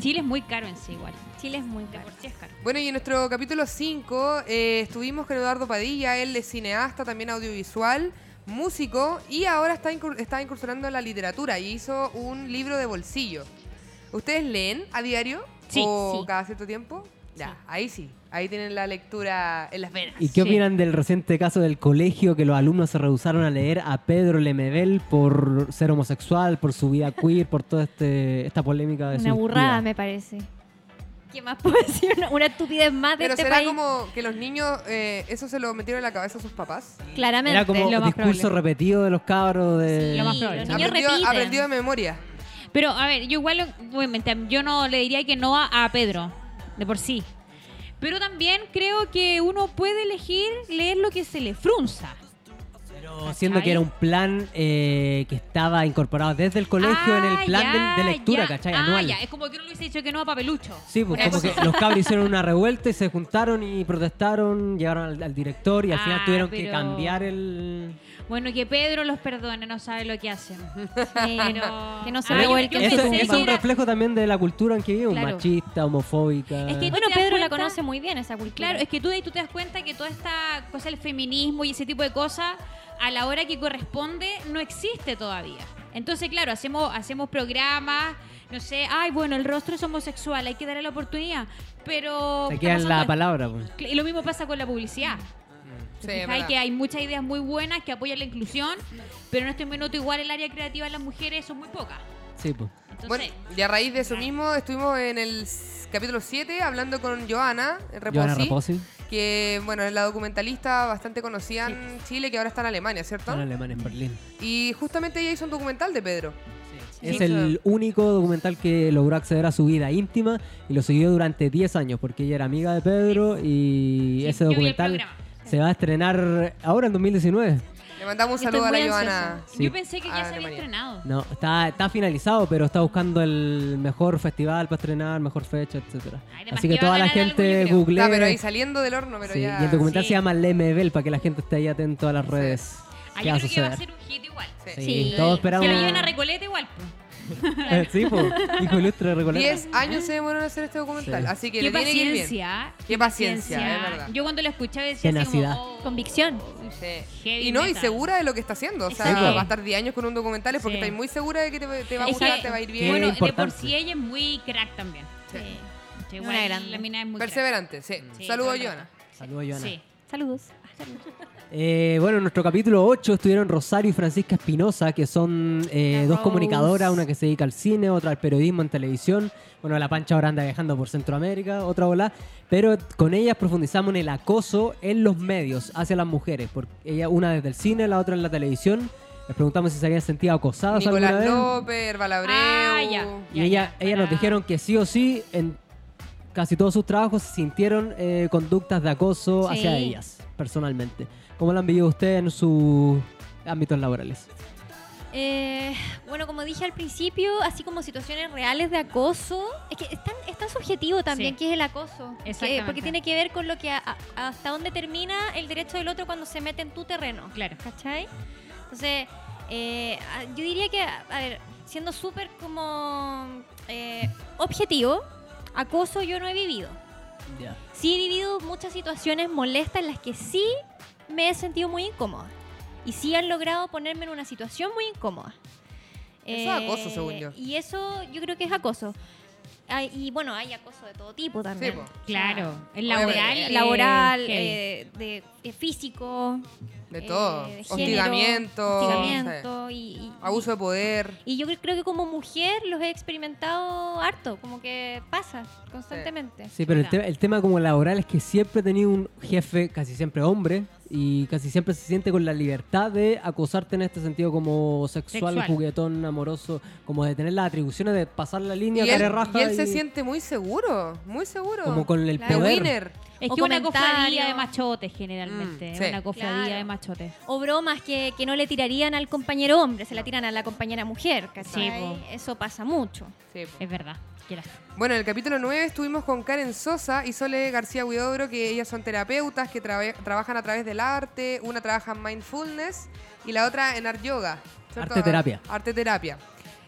Chile es muy caro en sí igual. Chile es muy De caro. por sí es caro. Bueno, y en nuestro capítulo 5 eh, estuvimos con Eduardo Padilla, él es cineasta, también audiovisual, músico y ahora está, incur- está incursionando en la literatura y hizo un libro de bolsillo. ¿Ustedes leen a diario? Sí, ¿O sí. cada cierto tiempo? Ya, ahí sí, ahí tienen la lectura en las venas. ¿Y qué Sí. opinan del reciente caso del colegio que los alumnos se rehusaron a leer a Pedro Lemebel por ser homosexual, por su vida queer, por toda este, esta polémica de su Una burrada, vida? me parece. ¿Qué más puedo decir? Una, una estupidez más de Pero este será país. como que los niños, eh, eso se lo metieron en la cabeza a sus papás. Claramente. Era como lo más discurso probable. repetido de los cabros de... Sí, Lo más los probable. niños aprendió, repiten. aprendió de memoria. Pero, a ver, yo igual, obviamente, yo no le diría que no a, a Pedro, de por sí. Pero también creo que uno puede elegir leer lo que se le frunza. Pero siendo que era un plan eh, que estaba incorporado desde el colegio en el Ah, plan ya, de, de lectura, ya. ¿cachai? Ah, Anual. ya, es como que uno le hubiese dicho que no a Papelucho. Sí, pues Una como cosa que los cabros hicieron una revuelta y se juntaron y protestaron, llegaron al, al director y al final Ah, tuvieron que pero- cambiar el... Bueno, que Pedro los perdone, no sabe lo que hacen. Pero... que no se Ah, yo- revuelquen yo sus Eso pensé es, que un era- reflejo también de la cultura en que vivimos, Claro. machista, homofóbica. Es que- Bueno, ¿Tú te das Pedro la cuenta? conoce muy bien esa cultura. Claro, es que tú de ahí tú te das cuenta que toda esta cosa del feminismo y ese tipo de cosas, a la hora que corresponde, no existe todavía. Entonces, claro, hacemos, hacemos programas, no sé, ay, bueno, el rostro es homosexual, hay que darle la oportunidad, pero... Te está queda en la Mm. pasando palabra. pues. esto. Y lo mismo pasa con la publicidad. Sí, Te es fijas verdad. que hay muchas ideas muy buenas que apoyan la inclusión, pero en este minuto igual el área creativa de las mujeres son muy pocas. Sí, pues. Entonces, Bueno, y a raíz de eso mismo estuvimos en el s- capítulo 7 hablando con Joana Reposi, Joana Raposi, que bueno, es la documentalista bastante conocida en Chile que ahora está en Alemania, ¿cierto? un alemán en Berlín. Y justamente ella hizo un documental de Pedro. Es Sí. el único documental que logró acceder a su vida íntima y lo siguió durante 10 años porque ella era amiga de Pedro y Sí, ese yo vi el documental programa. se va a estrenar ahora en 2019. Le mandamos un Estoy saludo a muy la Joana. Sí. yo pensé que ya se había Alemania. estrenado. No, está, está finalizado, pero está buscando el mejor festival para estrenar, mejor fecha, etcétera. Ay, además Así que que va a toda la ganar algo, gente yo creo. google. Está, pero ahí saliendo del horno, pero ya. Y el documental Sí. se llama Lemebel para que la gente esté ahí atento a las redes. ¿Qué Ah, yo va a creo que va a suceder? ser un hit igual. Sí, Sí. todos Se esperamos. lo llevan a Recoleta igual. pues. sí, po, hijo ilustre de Recoleta. 10 años se demoró en hacer este documental, Sí. así que Qué le tiene que ir bien. paciencia. Qué paciencia, es verdad. Yo cuando lo escuchaba decía así Tenacidad. como, oh, Convicción. Sí. Heavy Y no, y metal. segura de lo que está haciendo. O sea, Exacto. va a estar 10 años con un documental es porque Sí. estáis muy segura de que te, te va a Es que, gustar, te va a ir bien. Bueno, de por Importante. sí ella es muy crack también. Sí. Sí, Una igual grande. La mina es muy crack. Perseverante, sí. Sí, Saludos, todo el Joana. Saludos, Joana. Sí. Saludos. Eh, bueno, en nuestro capítulo 8 estuvieron Rosario y Francisca Espinosa, que son eh, dos comunicadoras, una que se dedica al cine, otra al periodismo en televisión. Bueno, la pancha ahora anda viajando por Centroamérica, otra bola. Pero con ellas profundizamos en el acoso en los medios hacia las mujeres. Porque ella, una desde el cine, la otra en la televisión. Les preguntamos si se habían sentido acosadas alguna Nicolás vez. López, Balabreu. Ah, ya. Y ella, ya, ella nos para- dijeron que sí o sí, en casi todos sus trabajos sintieron eh, conductas de acoso Sí. hacia ellas, personalmente. ¿Cómo lo han vivido ustedes en sus ámbitos laborales? Eh, bueno, como dije al principio, así como situaciones reales de acoso, es que es tan, es tan subjetivo también Sí. que es el acoso. que- Exactamente. porque tiene que ver con lo que a- a- hasta dónde termina el derecho del otro cuando se mete en tu terreno. Claro. ¿Cachai? Entonces, eh, a- yo diría que, a a ver, siendo súper como eh, objetivo, acoso yo no he vivido. Sí he vivido muchas situaciones molestas en las que sí me he sentido muy incómoda. Y sí han logrado ponerme en una situación muy incómoda. Eh, Eso es acoso, según yo. Y eso yo creo que es acoso. Ay, y bueno, hay acoso de todo tipo también. po. Claro. El Laboral, laboral. eh, laboral, heavy. eh, de, de físico. De eh, todo. de género, hostigamiento. sí. hostigamiento y, y- Abuso de poder. y yo cre- creo que como mujer los he experimentado harto, como que pasa constantemente. Sí, pero el, te- el tema como laboral es que siempre he tenido un jefe, casi siempre hombre, y casi siempre se siente con la libertad de acosarte en este sentido como sexual, Sexual. juguetón, amoroso, como de tener las atribuciones de pasar la Y línea, él, cara raja y él se siente muy seguro, muy seguro. como con el Claro. de poder. winner. Es O que una cofradía comentario. de machotes generalmente. Mm, es sí. Una cofradía Claro. de machotes. O bromas que, que no le tirarían al compañero hombre, se la tiran a la compañera mujer, Sí, ¿cachai? po. Eso pasa mucho. Sí, po. Es verdad. Qué lástima. Bueno, en el capítulo 9 estuvimos con Karen Sosa y Sole García Huidobro, que ellas son terapeutas que trabe- trabajan a través del arte. Una trabaja en mindfulness y la otra en art yoga. ¿cierto? Arte terapia. Arte terapia.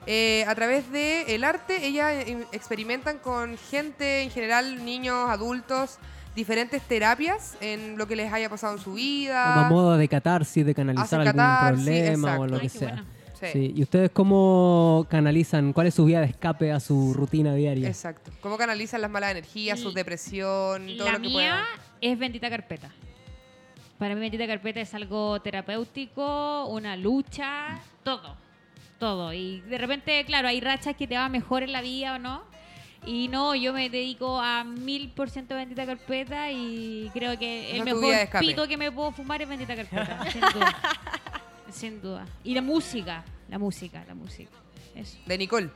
Eh, a través del el arte, ellas eh, experimentan con gente, en general niños, adultos, diferentes terapias en lo que les haya pasado en su vida. Como modo de catarsis, de canalizar Hacen algún catarsis, problema o exacto. lo Ay, que qué sea. bueno. Sí, Sí, ¿Y ustedes cómo canalizan? ¿Cuál es su vía de escape a su rutina diaria? Exacto. ¿Cómo canalizan las malas energías, su L- depresión, todo La lo que mía puedan? es bendita carpeta. Para mí bendita carpeta es algo terapéutico, una lucha, todo, todo. Y de repente, claro, hay rachas que te va mejor en la vida o no. Y no, yo me dedico a mil por ciento bendita carpeta y creo que el Esa es tu vía de mejor escape. pito que me puedo fumar es bendita carpeta, sin duda. Sin duda. Y la música, la música, la música. Eso. De Nicole.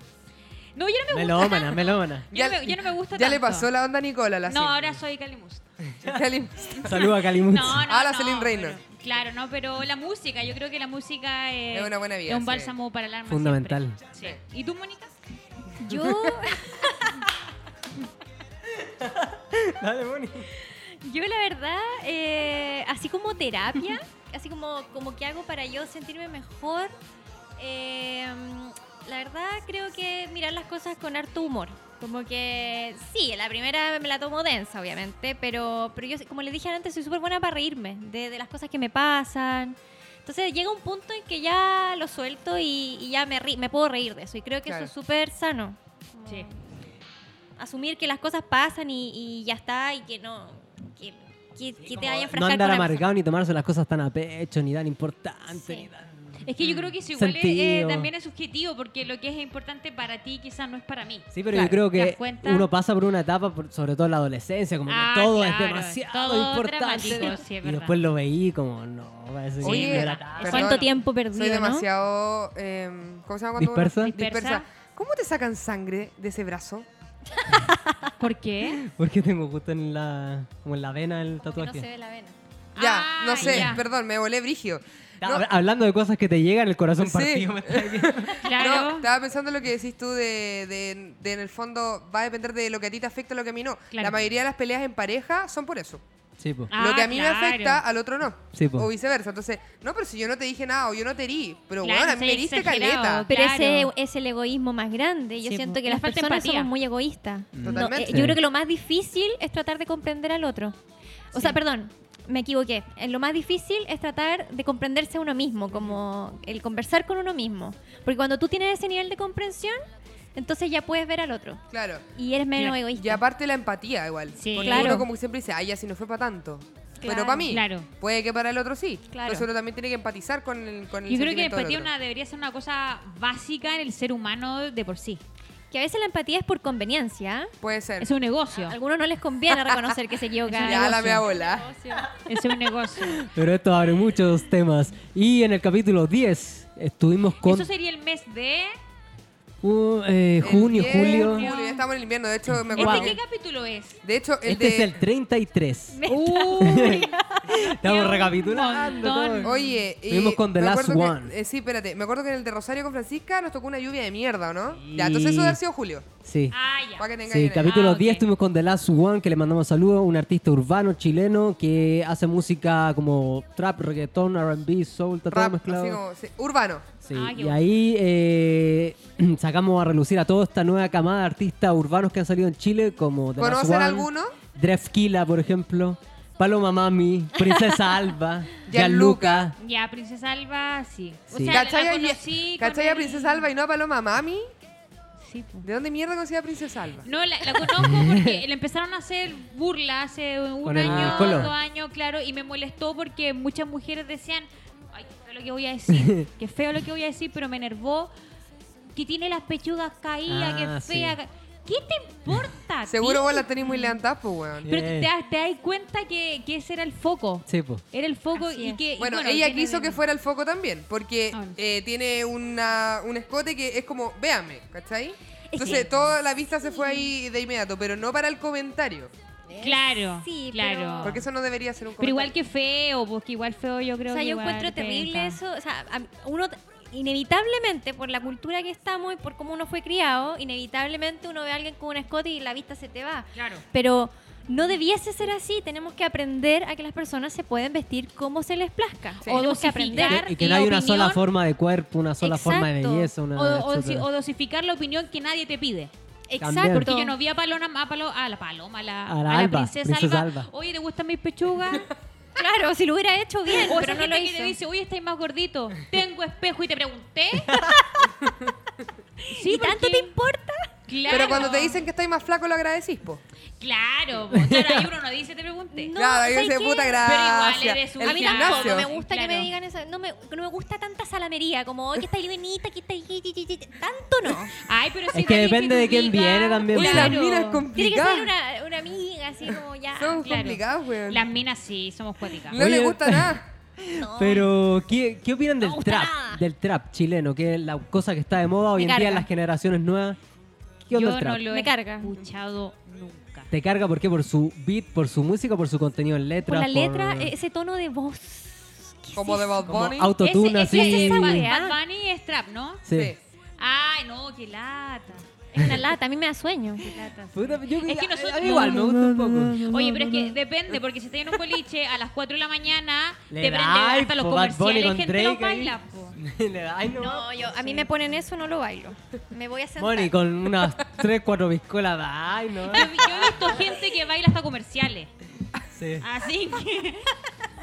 No, yo no me gusta. Melómana, melómana. Yo no me- yo no me gusta Ya le tanto. pasó la onda a Nicole a la No, Sim. ahora soy Calimusta. Cali- Saluda a Calimucho. No, no, Ahora no, Celine Reina. pero- claro, no, pero la música, yo creo que la música es, Es una buena vida, es un sí. bálsamo para el alma. Fundamental. siempre. Sí. ¿Y tú, Mónica? Yo, Dale, Moni. yo la verdad, eh, así como terapia, así como, como que hago para yo sentirme mejor, eh, la verdad creo que mirar las cosas con harto humor. Como que sí, la primera me la tomo densa, obviamente, pero, pero yo, como les dije antes, soy súper buena para reírme de, de las cosas que me pasan. Entonces llega un punto en que ya lo suelto y, y ya me, ri- me puedo reír de eso. Y creo que Claro. eso es súper sano. Sí. asumir que las cosas pasan y, y ya está y que no que, que- que te vayan a No enfrascar andar con la amargado ni tomarse las cosas tan a pecho, ni tan importante, Sí. ni tan... Es que yo creo que eso igual es, eh, Sentido. también es subjetivo, porque lo que es importante para ti quizás no es para mí. Sí, pero Claro, yo creo ¿te das que cuenta? uno pasa por una etapa, por- sobre todo en la adolescencia, como que Ah, todo es claro, demasiado todo importante. dramático, sí, y es verdad. después lo veí como, no, parece Sí, que no Oye, era tan- verdad. persona. Perdón, cuánto tiempo perdido Soy ¿no? demasiado. eh, ¿Cómo se llama cuando uno- ¿Dispersa? Dispersa. ¿Cómo te sacan sangre de ese brazo? ¿Por qué? Porque tengo justo en la, como en la vena el Como que no tatuaje. se ve la vena Ya, Ah, no sé, ya. perdón, me volé brigio. Ta- No, hab- Ah, Hablando de cosas que te llegan, el corazón Sí. partido me está diciendo. no, Claro. estaba pensando lo que decís tú de, de- de en el fondo va a depender de lo que a ti te afecta y lo que a mí no. Claro. La mayoría de las peleas en pareja son por eso. Sí, po. Ah, lo que a mí me claro. afecta, al otro no. Sí, po. o viceversa. Entonces, no, pero si yo no te dije nada o yo no te herí, pero Claro, bueno, a mí me soy heriste exagerado. eh, caleta. pero Claro. ese es el egoísmo más grande yo Sí, siento pues. que La las falta de personas empatía. somos muy egoístas No, Totalmente. eh, yo Sí. creo que lo más difícil es tratar de comprender al otro o sea perdón me equivoqué Eh, lo más difícil es tratar de comprenderse a uno mismo como el conversar con uno mismo porque cuando tú tienes ese nivel de comprensión entonces ya puedes ver al otro Claro. y eres menos Claro. egoísta Y aparte la empatía igual. Sí. Porque Claro. uno como que siempre dice, ay, ya si no fue para tanto. pero Claro. para mí. Claro. Puede que para el otro sí. Claro. Entonces uno también tiene que empatizar con el con el Yo creo que sentimiento del empatía otro. una, debería ser una cosa básica en el ser humano de por sí. Que a veces la empatía es por conveniencia. ¿eh? Puede ser. Es un negocio. Ah, A algunos no les conviene reconocer que se equivocan. Ya la mea bola. Es un negocio. Pero esto abre muchos temas. Y en el capítulo 10 estuvimos con Eso sería el mes de... uh, eh, El junio, 10 de julio. julio, ya estamos en invierno. De hecho, me ¿Este acuerdo. qué que- capítulo es? De hecho, el Este de. es el 33. Uy, Estamos recapitulando. montón. todo. Oye, y Estuvimos con The me Last acuerdo que- One. eh, sí, espérate. Me acuerdo que en el de Rosario con Francisca nos tocó una lluvia de mierda, ¿o ¿no? Ya, entonces eso debe haber sido julio. Sí. Ah, ya. Para que tengáis Sí, una idea. capítulo Ah, ok. 10 estuvimos con The Last One, que le mandamos saludos, un artista urbano chileno que hace música como trap, reggaetón, RB, soul, está todo Rap, mezclado. así como, sí, urbano. Sí, Ah, qué y bueno. ahí eh, sacamos a relucir a toda esta nueva camada de artistas urbanos que han salido en Chile, como The Last ¿Conocen One, alguno? Drefkila, por ejemplo, Paloma Mami, Princesa Alba, Gianluca. Gianluca. Ya, Princesa Alba, sí. O Sí. sea, la ¿Cachai a- conocí con cachai a el- Princesa Alba y no a Paloma Mami? sí. po. ¿De dónde mierda conocía a Princesa Alba? No, la, la conozco porque le empezaron a hacer burla hace un Con el año, color. dos años, claro, y me molestó porque muchas mujeres decían, ay, qué feo lo que voy a decir, qué feo lo que voy a decir, pero me enervó que tiene las pechugas caídas, Ah, que sí. fea. ¿Qué te importa? a ti? Seguro vos la tenéis muy levantada, pues, weón. Pero te, Eh. te das- te das cuenta que, que ese era el foco. Sí, pues. Era el foco Así y es. que... y Bueno, y ella tiene quiso de- que fuera el foco también, porque Ah, bueno. eh, tiene una, un escote que es como, véame, ¿cachai? Entonces que- toda la vista se fue ahí de inmediato, pero no para el comentario, Claro, Sí, claro. porque eso no debería ser un Ah. Pero comentario. igual que feo, porque igual feo yo creo O sea, que yo igual encuentro terrible pega. eso. O sea, a- uno t- inevitablemente, por la cultura que estamos y por cómo uno fue criado, inevitablemente uno ve a alguien con un escote y la vista se te va. Claro. Pero no debiese ser así. Tenemos que aprender a que las personas se pueden vestir como se les plazca. Sí. O Tenemos que Dosificar. aprender. Y que no la hay una opinión- sola forma de cuerpo, una sola forma de Exacto. belleza, una. O, o dosi- etcétera. o dosificar la opinión que nadie te pide. Exacto. Porque yo no vi a Paloma, a, Palo- a la Paloma, a la, A la a la Alba, princesa, princesa Alba. Alba. Oye, ¿te gustan mis pechugas? Claro, si lo hubiera hecho bien, O pero esa no gente lo que hizo. te dice, oye, estáis más gordito. Tengo espejo y te pregunté. sí, ¿Y tanto porque- te importa? Claro. Pero cuando te dicen que estáis más flaco, lo agradecís, po. Claro, po. claro, ahí uno no dice, te pregunté. No, claro, ¿sabes dice, qué? puta Pero igual gracia. eres un el A mí tampoco gimnasio. me gusta que Claro. me digan eso. No me, no me gusta tanta salamería, como, oye, que está livenita, que está... Tanto no. Ay, pero si Es que nadie depende te de quién ubica. viene también, Oye, Claro. las minas Tiene que ser complicadas. una, una amiga, así como ya. Son claro. complicadas, weón. Las minas sí, somos cuáticas. No le Oye. gusta nada. no. Pero, ¿qué, qué opinan del No me gusta trap? nada. Del trap chileno, que es la cosa que está de moda hoy en día en carga. las generaciones nuevas. ¿Qué Yo onda el no trap? lo Me he carga. escuchado nunca. ¿Te carga por qué? ¿Por su beat, por su música, por su contenido en Por letras? la letra, eh, por- ese tono de voz. ¿qué es Como de eso? Bad como Bunny. autotune ese, ese así. es Bad- weá. Bad Bunny es trap, ¿no? Sí. Ay, no, qué lata. Es una lata, a mí me da sueño. qué lata. Puta, yo- Es que a- nosotros- a mí igual, me gusta un poco. Oye, pero es que depende, porque si estás en un boliche a las 4 de la mañana, Le te prende da, hasta los po, Bad Bunny comerciales, con gente los Drake ahí. baila, po. Le da- ay, no. No, yo, a mí me ponen eso, no lo bailo. Me voy a sentar. Moni, con unas 3, 4 piscolas. Ay, no. Yo, yo he visto gente que baila hasta comerciales. Sí. Así que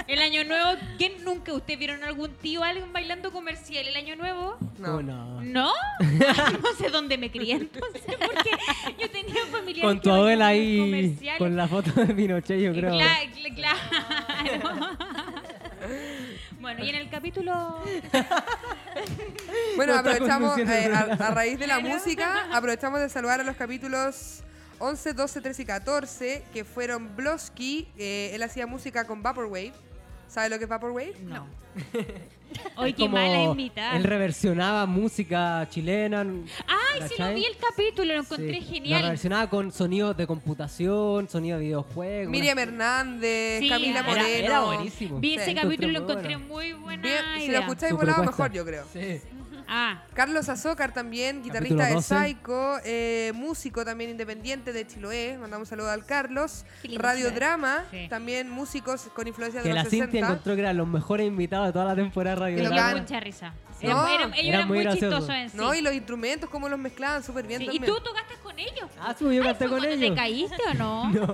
el año nuevo, ¿quién nunca ustedes vieron algún tío, alguien bailando comercial el año nuevo? ¿Cómo No. no? ¿No? No sé dónde me crié entonces, porque yo tenía familiares Con que tu abuela bailaban ahí, comerciales. con la foto de Pinochet, yo creo. Cla- cla- claro. bueno, y en el capítulo Bueno, No está aprovechamos, conduciendo el eh, a, programa. a raíz de la música, aprovechamos de saludar a los capítulos 11, 12, 13 y 14, que fueron Blosky, eh, él hacía música con Vaporwave. ¿Sabe lo que es Vaporwave? no. Hoy qué Como mala Él invitada. reversionaba música chilena. Ay, sí lo vi el capítulo, lo encontré La genial. reversionaba con sonidos de computación, sonido de videojuegos. Miriam Hernández, Sí, Camila era- Ah, Moreno. Era, era buenísimo. Vi Sí. ese capítulo y lo encontré muy buena Bien, si lo idea. escucháis Su volado, propuesta. mejor yo creo. Sí. Ah, Carlos Azócar también, Capítulo guitarrista de 12. Psycho, eh, músico también independiente de Chiloé. Mandamos un saludo al Carlos. Qué lindo Chiloé. Radiodrama, Sí. también músicos con influencia de Que la los Cintia 60. encontró que eran los mejores invitados de toda la temporada de Que Radio me lo Drama. da ganan. mucha risa. Sí. Eran- No. eran- ellos Eran eran muy muy chistosos graciosos. en sí. No, y los instrumentos, cómo los mezclaban súper bien Sí, Y también. tú tocaste con ellos. Ah, sí, yo Ay, canté ¿fue con cuando ellos. ¿Te caíste o no?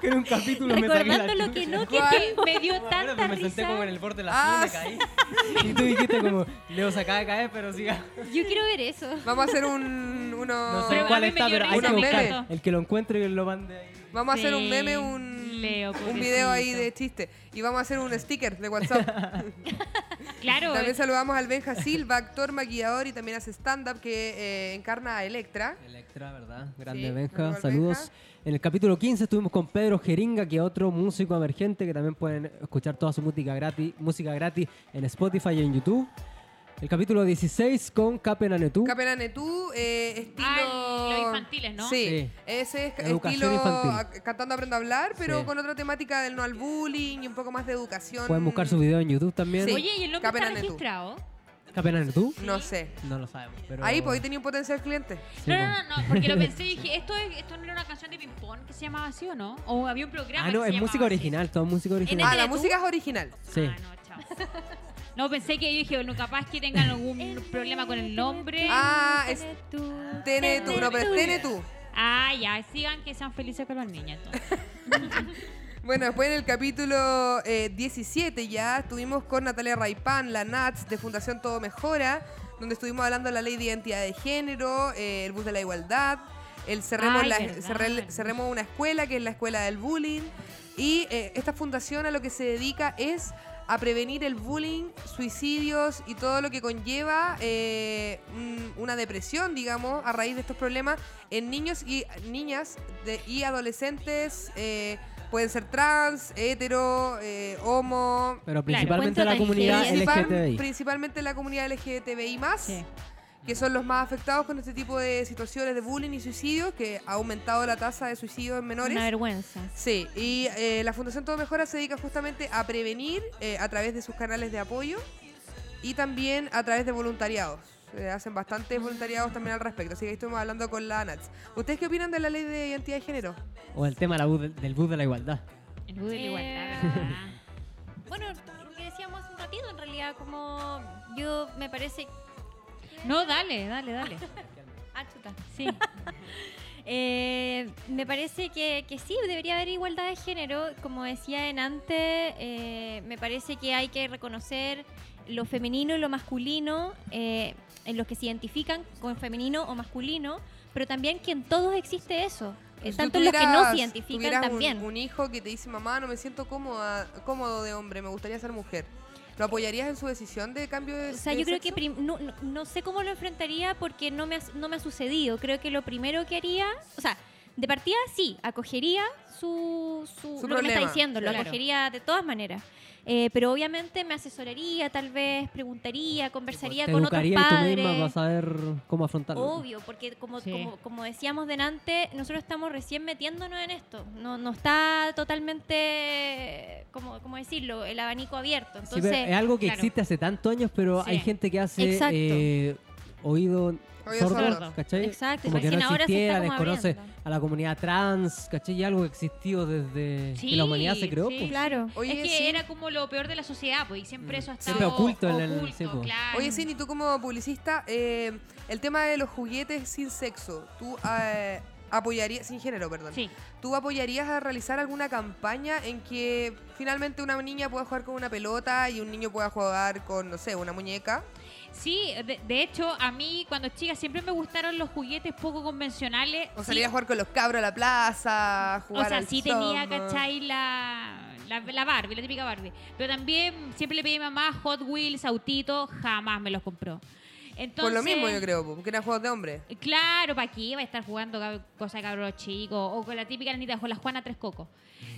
que era un capítulo me saqué la Recordando lo que chucha. no que ¿Cuál? Que me dio Me acuerdo tanta que Me senté risa. como en el borde de la Ah, silla y caí. Y tú dijiste como, Leo se acaba de caer, pero siga. Ah. Yo quiero ver eso. Vamos a hacer un uno, No sé Pero a cuál mí me está, dio pero hay risa, que me buscar. encantó. El que lo encuentre y lo mande ahí. vamos a hacer un Sí, meme, un, Leo, un video ahí pobrecito. de chiste y vamos a hacer un sticker de WhatsApp. Claro. también saludamos al Benja Silva, actor, maquillador y también hace stand up que eh, encarna a Electra. Electra, ¿verdad? Grande Sí, Benja, Manuel saludos. Benja. En el capítulo 15 estuvimos con Pedro Jeringa, que es otro músico emergente que también pueden escuchar toda su música gratis, música gratis en Spotify y en YouTube. El capítulo 16 con Capenanetú. Capelane, tú, eh, estilo. Ay, los infantiles, ¿no? Sí. Sí. Ese es ca- Educación estilo infantil. a- cantando aprendo a hablar, pero Sí. con otra temática del no al bullying y un poco más de educación. Pueden buscar su video en YouTube también. Sí. Oye, ¿y el nombre está Caperane tú. registrado? ¿Capenanetú? No sé. No lo sabemos. Pero... Ahí, pues ahí tenía un potencial cliente. Sí, No, po. no, no, no, porque lo pensé y dije, ¿esto, es- esto no era una canción de ping-pong que se llamaba así o no? O había un programa. Ah, no, que se es música llamaba así. original, todo es música original. Ah, la música es original. Sí. Ah, no, chao. No, pensé que yo dije, bueno, capaz que tengan algún problema con el nombre. Ah, Ah, es tú. Tene tú, no, pero es Tene tú. Ah, ya, sigan que sean felices con los niños. entonces. Bueno, después en el capítulo eh, 17 ya estuvimos con Natalia Raipán, la Nats de Fundación Todo Mejora. donde estuvimos hablando de la ley de identidad de género, eh, el bus de la igualdad, el cerremos, Ay, la- verdad, cerre- el bus. cerremos una escuela, que es la escuela del bullying. Y eh, esta fundación a lo que se dedica es a prevenir el bullying, suicidios y todo lo que conlleva eh, un- una depresión, digamos, a raíz de estos problemas en niños y niñas de- y adolescentes. eh, pueden ser trans, hetero, eh, homo. Pero principalmente Cuento la la comunidad Principal- LGTBI. Principalmente la comunidad LGTBI más, Sí. que son los más afectados con este tipo de situaciones de bullying y suicidio, que ha aumentado la tasa de suicidio en menores. Una vergüenza. Sí, y eh, la Fundación Todo Mejora se dedica justamente a prevenir eh, a través de sus canales de apoyo y también a través de voluntariados. Eh, hacen bastantes voluntariados también al respecto, así que ahí estuvimos hablando con la ANATS. ¿Ustedes qué opinan de la ley de identidad de género? O el tema de la bus- del bus de la igualdad. El bus de la igualdad, Eh, ¿verdad? Bueno, lo que decíamos hace un ratito, en realidad, como yo me parece. No, dale, dale, dale. Ah, chuta. Sí. Eh, me parece que, que sí, debería haber igualdad de género. Como decía en antes, eh, me parece que hay que reconocer lo femenino y lo masculino eh, en los que se identifican con femenino o masculino, pero también que en todos existe eso. Eh, Pues Si tú tanto en los que no tuvieras- se identifican tuvieras un- también. Un, hijo que te dice, mamá, no me siento cómoda, cómodo de hombre, me gustaría ser mujer. ¿Lo apoyarías en su decisión de cambio de O sea, de yo creo que sexo? prim- no, no- no sé cómo lo enfrentaría porque no me, ha, no me ha sucedido. Creo que lo primero que haría, o sea, de partida sí, acogería su, su, Su lo que me está problema, diciendo, lo claro. acogería de todas maneras. Eh, pero obviamente me asesoraría, tal vez preguntaría, conversaría Te con otros educaría y tú misma padres. vas a ver cómo afrontarlo. Obvio, porque como, Sí. como, como decíamos delante, nosotros estamos recién metiéndonos en esto. No, no está totalmente, como, como decirlo, el abanico abierto. Sí, Entonces, pero es algo que claro. existe hace tantos años, pero Sí. hay gente que hace Exacto. eh, oído, Oído sordo, sordo. ¿cachai? Exacto, Como que no recién ahora se está existiera, como desconoce abriendo. a la comunidad trans, ¿cachai? Y algo que existió desde que Sí, la humanidad se creó. sí. pues. Claro. Oye, es que sí. era como lo peor de la sociedad, pues, y siempre eso ha estado Mm. Siempre oculto en el- oculto, sí, po. claro. Oye, Cindy, tú como publicista, eh, el tema de los juguetes sin sexo, ¿tú eh, apoyarías, sin género, perdón? Sí. ¿Tú apoyarías a realizar alguna campaña en que finalmente una niña pueda jugar con una pelota y un niño pueda jugar con, no sé, una muñeca? Sí, de, de hecho, a mí cuando chica siempre me gustaron los juguetes poco convencionales. O Sí, salir a jugar con los cabros a la plaza, o jugar sea, al sí tenía, softball. ¿cachai? La, la, la Barbie, la típica Barbie. Pero también siempre le pedí a mi mamá Hot Wheels, autitos, jamás me los compró. Entonces, Por lo mismo yo creo, po, porque eran juegos de hombre. Claro, ¿para aquí va a estar jugando cab- cosas de cabros chicos? O con la típica nanita, con la Juana Tres Cocos.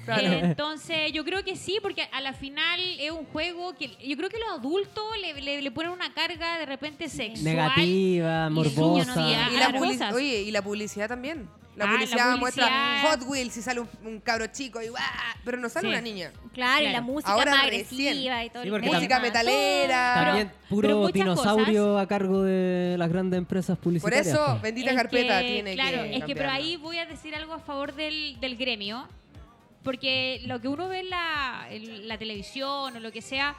Claro. Eh, Entonces, yo creo que sí, porque a la final es un juego que yo creo que los adultos le, le- le ponen una carga de repente sexual. Negativa, y morbosa. sucio, no y la Claro. publici- Cosas. Oye, y la publicidad también. La, Ah, la publicidad muestra publicidad. Hot Wheels y sale un, un cabro chico y ¡guau! Pero no sale Sí. una niña. Claro, y la Claro. música Ahora más recién. agresiva y todo. Sí, el porque tema. Música metalera. También puro pero muchas dinosaurio a cargo de las grandes empresas Por publicitarias. eso, pues. bendita Es carpeta que, tiene claro, que. es que pero cambiarla. ahí voy a decir algo a favor del, del gremio, porque lo que uno ve en la, en la televisión o lo que sea,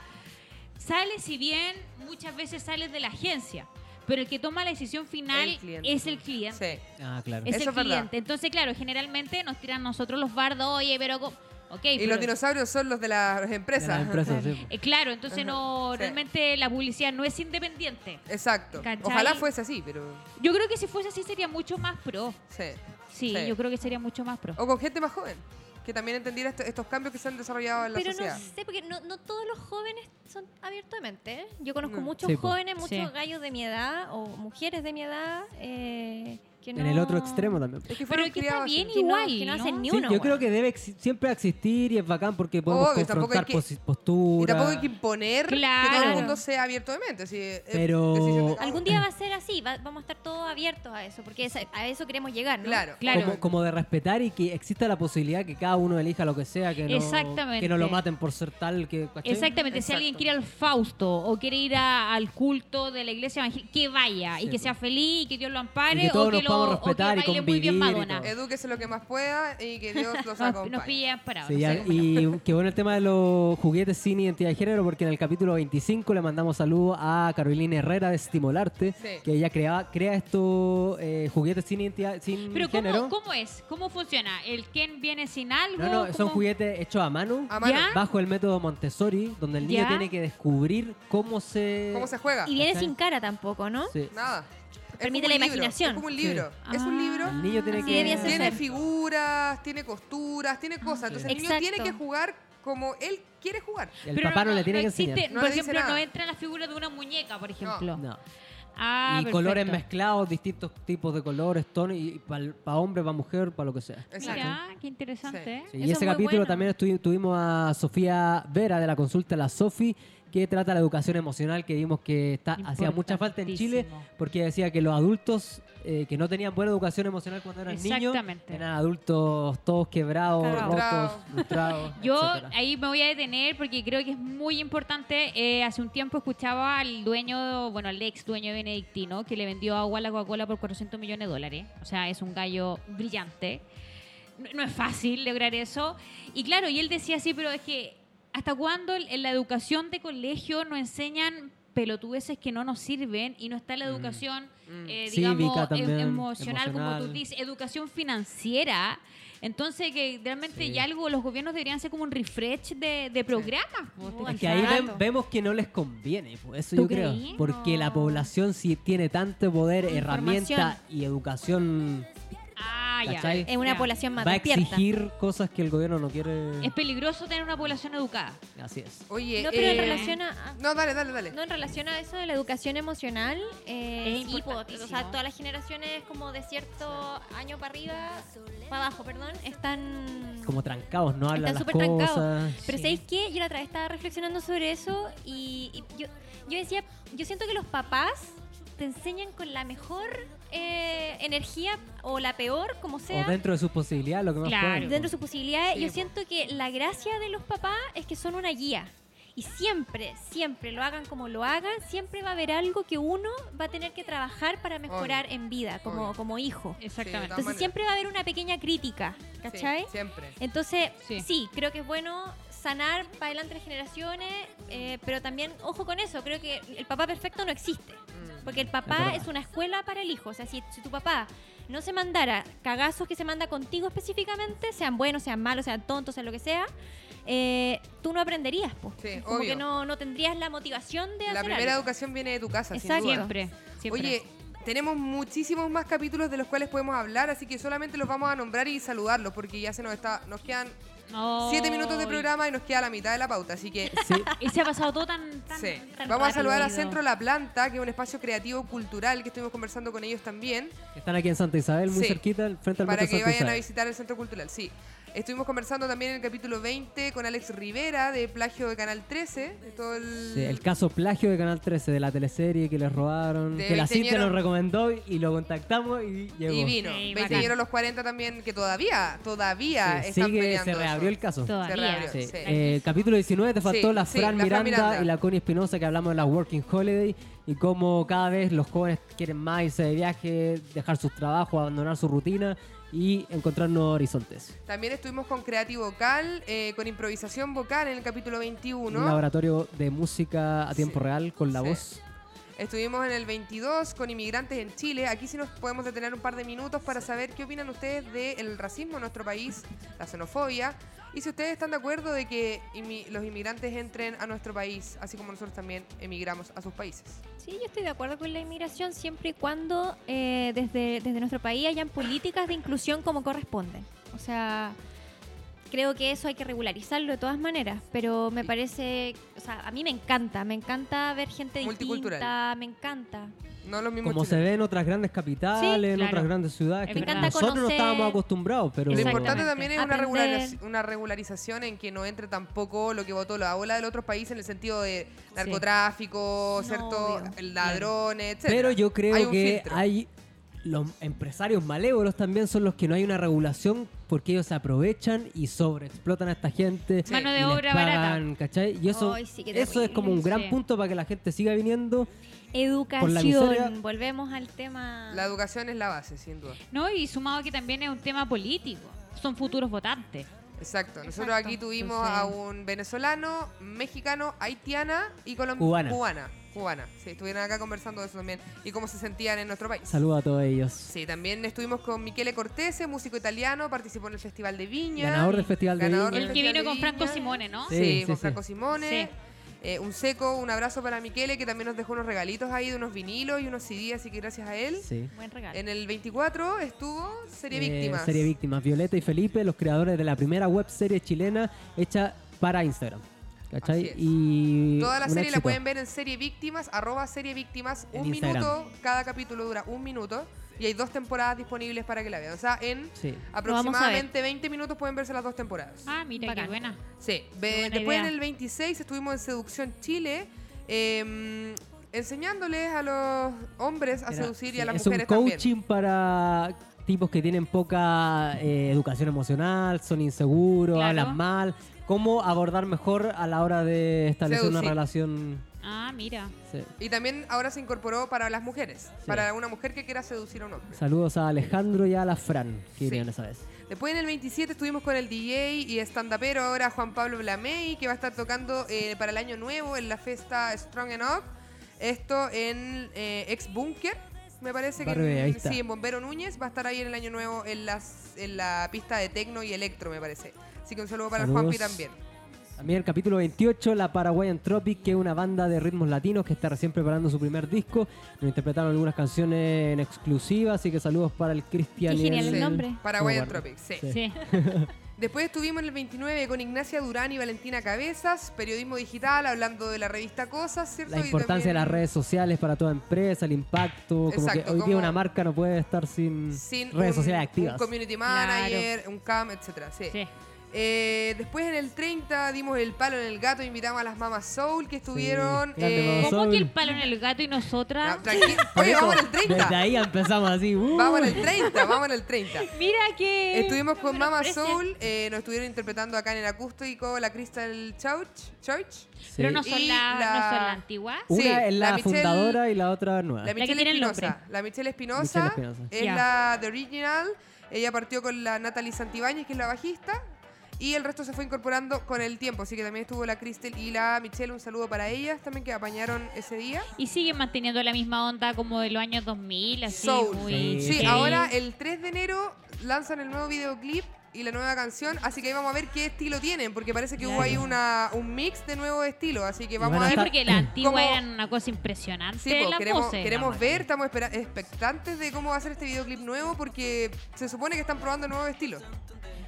sale si bien muchas veces sales de la agencia, pero el que toma la decisión final El cliente. es el cliente. Sí. Ah, claro. Es Eso el es verdad. cliente. Entonces, claro, generalmente nos tiran nosotros los bardos, oye, pero... co- ok, Y pero- los dinosaurios son los de las De empresas. las empresas, sí. eh, claro, entonces Ajá, no, sí. realmente la publicidad no es independiente. Exacto. ¿Cachai? Ojalá fuese así, pero. Yo creo que si fuese así sería mucho más pro. Sí. Sí, Sí. yo creo que sería mucho más pro. O con gente más joven, que también entendiera esto- estos cambios que se han desarrollado en la Pero sociedad. no sé, porque no, no todos los jóvenes son abiertamente. ¿eh? Yo conozco No. muchos Sí, po. jóvenes, muchos Sí. gallos de mi edad o mujeres de mi edad eh, que no. En el otro extremo también. Es que Pero fueron que criados está así. bien que no- igual, que no hacen ni Sí, uno, yo creo weón. que debe exi- siempre existir y es bacán porque podemos Obvio, tampoco hay confrontar que- posi- Y posturas. tampoco hay que imponer que todo el Claro. mundo sea abierto de mente. así, eh, Pero- decisión de cada Algún uno. día va a ser así, va- vamos a estar todos abiertos a eso, porque esa- a eso queremos llegar, ¿no? Claro. Claro. Como, como de respetar y que exista la posibilidad que cada uno elija lo que sea, que no, Exactamente. que no lo maten por ser tal que... ¿cachai? Exactamente, si Exacto. alguien quiere al Fausto o quiere ir a- al culto de la iglesia evangélica, que vaya Sí, y que pues. sea feliz y que Dios lo Y ampare que todos o que nos lo vamos a o que respetar y baile muy bien convivir y Madonna. todo. Edúquese lo que más pueda y que Dios los Nos, nos acompañe. pilla parado. Sí, ya, y qué bueno el tema de los juguetes sin identidad de género, porque en el capítulo 25 le mandamos saludos a Carolina Herrera de Estimolarte, Sí. que ella crea, crea estos eh, juguetes sin identidad, sin Pero género. ¿cómo, ¿cómo es? ¿Cómo funciona? ¿El Ken viene sin algo? No, no, son ¿Cómo? juguetes hechos a mano, A mano. ¿Ya? bajo el método Montessori, donde el niño ¿Ya? tiene que descubrir cómo se... ¿Cómo se juega? Y viene ¿Cachai? sin cara tampoco, ¿no? Sí. Nada. Es Permite como un libro, la imaginación. Es como un libro. Es un Ah. libro. El niño tiene Así que... debía ser. Tiene hacer. figuras, tiene costuras, tiene cosas. Entonces el niño Ah, Exacto. tiene que jugar como él quiere jugar. El Pero papá no, le tiene que existe- enseñar. No por le dice ejemplo, nada. no entra la figura de una muñeca, por ejemplo. No. Ah, y perfecto. colores mezclados, distintos tipos de colores, tonos, y para hombre, para mujer, para lo que sea. Exacto. Mira, qué interesante. Sí, ¿eh? y Eso es ese muy capítulo bueno. también estu- tuvimos a Sofía Vera de la consulta La Sofi, que trata la educación emocional que vimos que está hacía mucha falta en Chile, Importantísimo. porque decía que los adultos eh, que no tenían buena educación emocional cuando eran niños Exactamente. eran adultos todos quebrados, Cagados. rotos, frustrados. Yo eh, etcétera. ahí me voy a detener porque creo que es muy importante. Eh, hace un tiempo escuchaba al dueño, bueno, al ex dueño de Benedictino, que le vendió agua a la Coca-Cola por 400 millones de dólares. O sea, es un gallo brillante. No, no es fácil lograr eso. Y claro, y él decía así, pero es que ¿hasta cuándo el- en la educación de colegio nos enseñan pelotudeces que no nos sirven y no está la educación, Mm. eh, Cívica digamos, em- también, emocional, como tú emocional. dices, educación financiera? Entonces, que realmente Sí. ya algo, los gobiernos deberían ser como un refresh de, de programas. Oh, po, ¿te Es que ahí fijas? ven- vemos que no les conviene, pues, eso ¿Tú yo creo. creí? Porque la No. población si tiene tanto poder, Información. herramienta y educación, Ah, ya. ¿Cachai? Es una Ya. población más va a despierta. exigir cosas que el gobierno no quiere. Es peligroso tener una población educada. Así es. Oye, No, pero en eh, relación a... No, dale, dale, dale. No, en relación a eso de la educación emocional, eh, Es sí, po, o sea, importantísimo. todas las generaciones como de cierto año para arriba, para abajo, perdón, están... Como trancados, no hablan Están las súper trancados. cosas. Pero Sí. ¿sabéis qué? Yo la otra vez estaba reflexionando sobre eso y, y yo, yo decía, yo siento que los papás te enseñan con la mejor eh, energía o la peor, como sea, o dentro de sus posibilidades, lo que más Claro. pueden. dentro de sus posibilidades. Sí, yo po. siento que la gracia de los papás es que son una guía. Y siempre, siempre, lo hagan como lo hagan, siempre va a haber algo que uno va a tener que trabajar para mejorar en vida, como, Obvio. como hijo. Exactamente. todas Entonces maneras. siempre va a haber una pequeña crítica, ¿cachai? Sí, siempre. Entonces, Sí. sí. creo que es bueno sanar para adelante las generaciones, eh, pero también, ojo con eso, creo que el papá perfecto no existe. Mm. Porque el Es papá verdad. es, una escuela para el hijo. O sea, si, si tu papá no se mandara cagazos que se manda contigo específicamente, sean buenos, sean malos, sean tontos, sean lo que sea, eh, tú no aprenderías, po. Sí, Como obvio. que no, no tendrías la motivación de La hacer primera algo. educación viene de tu casa, Exacto. sin duda. Siempre, siempre. Oye, tenemos muchísimos más capítulos de los cuales podemos hablar, así que solamente los vamos a nombrar y saludarlos, porque ya se nos está, nos quedan No. siete minutos de programa y nos queda la mitad de la pauta, así que Sí, Y se ha pasado todo tan. tan- Sí. tan Vamos a saludar a rápido. Centro La Planta, que es un espacio creativo cultural que estuvimos conversando con ellos también, están aquí en Santa Isabel, muy Sí. cerquita, al- frente al para metro que Santa vayan a Isabel. visitar el centro cultural. Sí. Estuvimos conversando también en el capítulo 20 con Alex Rivera de Plagio de Canal 13, de todo el, Sí, el caso plagio de Canal 13, de la teleserie que les robaron, De que la veinteñero. Cintia nos recomendó y lo contactamos y llegó. y vino. Sí, 20 bacán. a los 40 también que todavía, Sí, todavía están sigue, peleando. se reabrió el eso. caso. Todavía. Se reabrió, Sí. sí. Eh, el capítulo 19 te faltó Sí, la sí, Fran la Fran Miranda, Miranda. y la Connie Espinosa que hablamos de la Working Holiday y cómo cada vez los jóvenes quieren más irse de viaje, dejar sus trabajos, abandonar su rutina y encontrar nuevos horizontes. También estuvimos con Creativo Vocal, eh, con improvisación vocal en el capítulo Un 21. laboratorio de música a tiempo Sí, real con la sí. voz. Estuvimos en el 22 con inmigrantes en Chile. Aquí sí nos podemos detener un par de minutos para saber qué opinan ustedes del racismo en nuestro país, la xenofobia, y si ustedes están de acuerdo de que inmi- los inmigrantes entren a nuestro país, así como nosotros también emigramos a sus países. Sí, yo estoy de acuerdo con la inmigración siempre y cuando eh, desde, desde nuestro país hayan políticas de inclusión como corresponden. O sea, creo que eso hay que regularizarlo de todas maneras, pero me parece, o sea, a mí me encanta, me encanta ver gente Multicultural. distinta, me encanta. No los mismos Como se chilenos. ve en otras grandes capitales, Sí, en claro. otras grandes ciudades, Es que verdad. nosotros no Conocer- estábamos acostumbrados, pero Lo Lo importante Exactamente. también es una, Aprender. regulariz- una regularización en que no entre tampoco lo que votó la ola del otro país en el sentido de narcotráfico, No, ¿cierto? obvio. Ladrones, etc. Pero yo creo que hay los empresarios malévolos también son los que no hay una regulación porque ellos se aprovechan y sobreexplotan a esta gente. Sí. Mano de y les obra barata. pagan, ¿cachai? Y eso, Ay, sí, qué eso es terrible, como un gran sí. punto para que la gente siga viniendo. Por la miseria. Educación. Volvemos al tema. La educación es la base, sin duda. ¿no? Y sumado que también es un tema político. Son futuros votantes. Exacto. Nosotros Exacto. aquí tuvimos a un venezolano, mexicano, haitiana y Cubana. colombiana. Cubana. Cubana. Sí, estuvieron acá conversando de eso también y cómo se sentían en nuestro país. Saludos a todos ellos. Sí, también estuvimos con Michele Cortese, músico italiano, participó en el Festival de Viña. Ganador del Festival de Ganador Viña. del El que vino Festival con de Franco Viña. Simone, ¿no? Sí, Sí, con sí, sí. Franco Simone. Sí. Eh, un seco, un abrazo para Michele, que también nos dejó unos regalitos ahí de unos vinilos y unos CD, así que gracias a él. Sí. Buen regalo. En el 24 estuvo Serie Eh, Víctimas. Serie Víctimas. Violeta y Felipe, los creadores de la primera web serie chilena hecha para Instagram. Así ¿Cachai? es. Y Toda la un serie la éxito. pueden ver en Serie Víctimas, arroba Serie Víctimas, En un Instagram. minuto, cada capítulo dura un minuto y hay dos temporadas disponibles para que la vean. O sea, en Sí. vamos a ver. aproximadamente 20 minutos pueden verse las dos temporadas. Ah, mira, Bacán. qué buena. Sí, Qué ve- buena después idea. en el 26 estuvimos en Seducción Chile eh, enseñándoles a los hombres a Era- seducir y sí, a las es mujeres un coaching también. para tipos que tienen poca eh, educación emocional, son inseguros, Claro. hablan mal. ¿Cómo abordar mejor a la hora de establecer una Seducir. relación? Ah, mira. Sí. Y también ahora se incorporó para las mujeres, para una mujer que quiera seducir a un hombre. Saludos a Alejandro y a la Fran, que Sí. irían esa vez. Después en el 27 estuvimos con el DJ y stand-upero ahora Juan Pablo Blamey, que va a estar tocando eh, para el año nuevo en la fiesta Strong Enough. Esto en eh, Ex Bunker, me parece que Barrio en- Bellavista. sí, en Bombero Núñez. Va a estar ahí en el año nuevo en, las, en la pista de tecno y electro, me parece. Así que un saludo para el Saludos. Juanpi también. También el capítulo 28, la Paraguayan Tropic, que es una banda de ritmos latinos que está recién preparando su primer disco. Nos interpretaron algunas canciones en exclusiva, así que saludos para el Cristian. Qué y genial el nombre. Paraguayan Como Tropic, sí. Sí. Sí. Después estuvimos en el 29 con Ignacia Durán y Valentina Cabezas, periodismo digital, hablando de la revista Cosas, ¿cierto? La Y importancia de también- las redes sociales para toda empresa, el impacto. Como Exacto, que hoy día como- una marca no puede estar sin, sin redes un, sociales un activas. community manager, un cam, etcétera. Sí. Sí. Eh, después en el 30 dimos el palo en el gato, invitamos a las mamas Soul que estuvieron. grande eh, Mamas Soul. ¿Cómo que el palo en el gato y nosotras? no, tranqui- Oye, vamos en el 30. Desde ahí empezamos así. ¡uh! Vamos en el 30, vamos en el 30. Mira que. Ah. Estuvimos con Mama sorpresa. Soul, eh, nos estuvieron interpretando acá en el acústico la Crystal Church. Church. Sí. Pero no son Y la, no la- son la antigua. Una Sí, es la, la Michelle- fundadora y la otra nueva. La Michelle tiene el Espinosa. nombre. La Michelle Espinosa Michelle Espinosa. es Ya. la The Original. Ella partió con la Natalie Santibáñez, que es la bajista. Y el resto se fue incorporando con el tiempo. Así que también estuvo la Crystal y la Michelle. Un saludo para ellas también que apañaron ese día. Y siguen manteniendo la misma onda como de los años 2000, así. Soul. Muy, Sí, Sí. ahora el 3 de enero lanzan el nuevo videoclip y la nueva canción. Así que ahí vamos a ver qué estilo tienen. Porque parece que hubo ahí una, un mix de nuevos estilos. Así que vamos van a a Sí, ver. estar- porque la antigua como- era una cosa impresionante. Sí, po, la queremos, pose. queremos ver, estamos espera- expectantes de cómo va a ser este videoclip nuevo porque se supone que están probando nuevos estilos.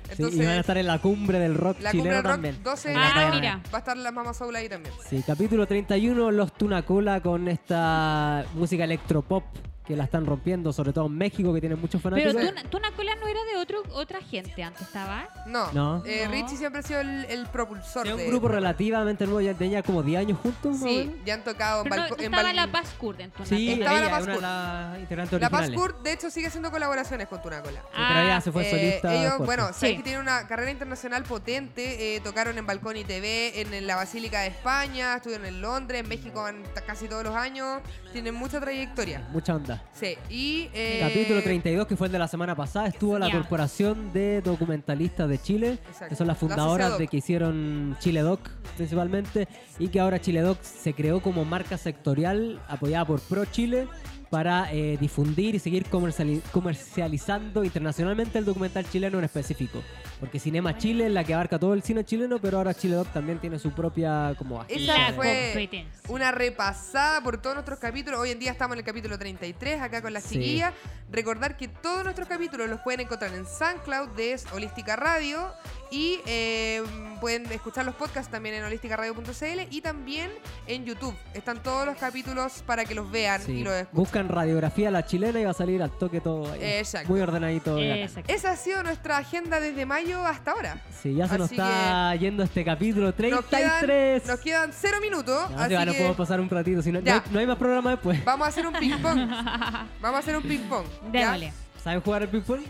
Sí, Entonces, y van a estar en la cumbre del rock la chileno cumbre del rock también. 12 En Ah, tarde. mira. va a estar la mamá Soul ahí también. Sí, capítulo 31, los Tunacola con esta música electropop que la están rompiendo, sobre todo en México, que tiene muchos Pero fanáticos. Sí. tú, una cola no era de otro, otra gente antes, ¿estaba? No, No. eh, No. Richie siempre ha sido el, el propulsor. es un de- grupo relativamente nuevo, ya tenía como 10 años juntos. más o menos. Sí, ya han tocado en Pero no, Balco- no en estaba Bal- la Paz Kurd en Tunacola. Sí, Estaba la ella, Pascur. una de las integrantes La Paz originales. Kurt, de hecho, sigue haciendo colaboraciones con Tunacola. Sí, pero Ah, ella se fue Eh, solista. ellos, después. bueno, Sí. sabes que tienen una carrera internacional potente. eh, tocaron en Balcón y TV, en, en la Basílica de España, estuvieron en Londres, en México van t- casi todos los años. Tienen mucha trayectoria. Mucha onda. Sí, y. eh, Capítulo 32, que fue el de la semana pasada, estuvo la Ya. Corporación de Documentalistas de Chile, que Exacto. son las La fundadoras de Sociadoc. que hicieron Chile Doc principalmente, y que ahora Chile Doc se creó como marca sectorial apoyada por Pro Chile para eh, difundir y seguir comerciali- comercializando internacionalmente el documental chileno en específico. Porque Cinema Chile es la que abarca todo el cine chileno, pero ahora Chile Doc también tiene su propia como Esa La fue competencia. una repasada por todos nuestros capítulos. Hoy en día estamos en el capítulo 33, acá con la Sí. chiquilla. Recordar que todos nuestros capítulos los pueden encontrar en SoundCloud de Holística Radio Y eh, pueden escuchar los podcasts también en holísticaradio.cl y también en YouTube. Están todos los capítulos para que los vean Sí. y los escuchen. Buscan radiografía la chilena y va a salir al toque todo ahí. Exacto. Muy ordenadito. y bacán. Exacto. Esa ha sido nuestra agenda desde mayo hasta ahora. Sí, ya se nos Así está yendo este capítulo Nos quedan, 33. nos quedan cero minutos. Ya, así ya, no que puedo pasar un ratito, si no, no Ya. hay, no hay más programa después. vamos a hacer un ping-pong. Vamos a hacer un ping-pong. ¿ya? Démosle. ¿Saben jugar al ping-pong?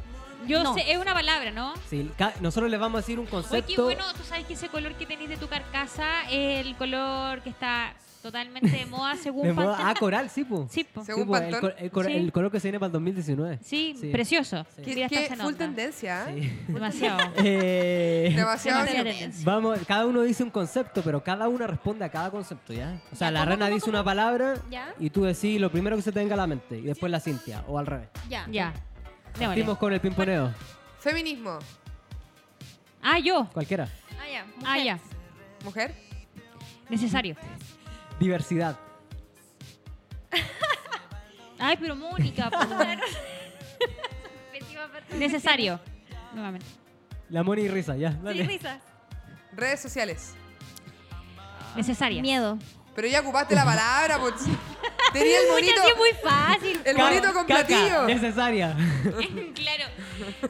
Yo No. sé, es una palabra, ¿no? Sí, ca- nosotros les vamos a decir un Oye, qué concepto. bueno, tú sabes que ese color que tenéis de tu carcasa es el color que está totalmente de moda según de moda- Pantene. ah, coral, sí, po. Sí, po. Sí, Según po, el, Pantón. cor- el cor- Sí. el color que se viene para el 2019. Sí, Sí. precioso. Sí. Que, Mira, que estás en full onda. tendencia, ¿eh? Sí. Demasiado. Eh, Demasiado. Demasiado bien. tendencia. Vamos, cada uno dice un concepto, pero cada una responde a cada concepto, ¿ya? O sea, Ya, la ¿cómo, rana cómo, dice cómo? una palabra Ya. y tú decís lo primero que se te venga a la mente y después la Cintia, o al revés. Ya. Ya. Démosle. Partimos con el pimponeo, Feminismo. Ah, yo. cualquiera. Ah, ya. Ah, Mujeres. ya. Mujer. Necesario. Diversidad, Ay, pero Mónica. po. Efectiva parte- Necesario. Nuevamente. la moni y risa, ya. Sí, dale. risas. Redes sociales. Necesaria. Miedo. Pero ya ocupaste la palabra, pues. Tenía el bonito. Es muy fácil. El Ca- bonito con caca, platillo. Necesaria. claro.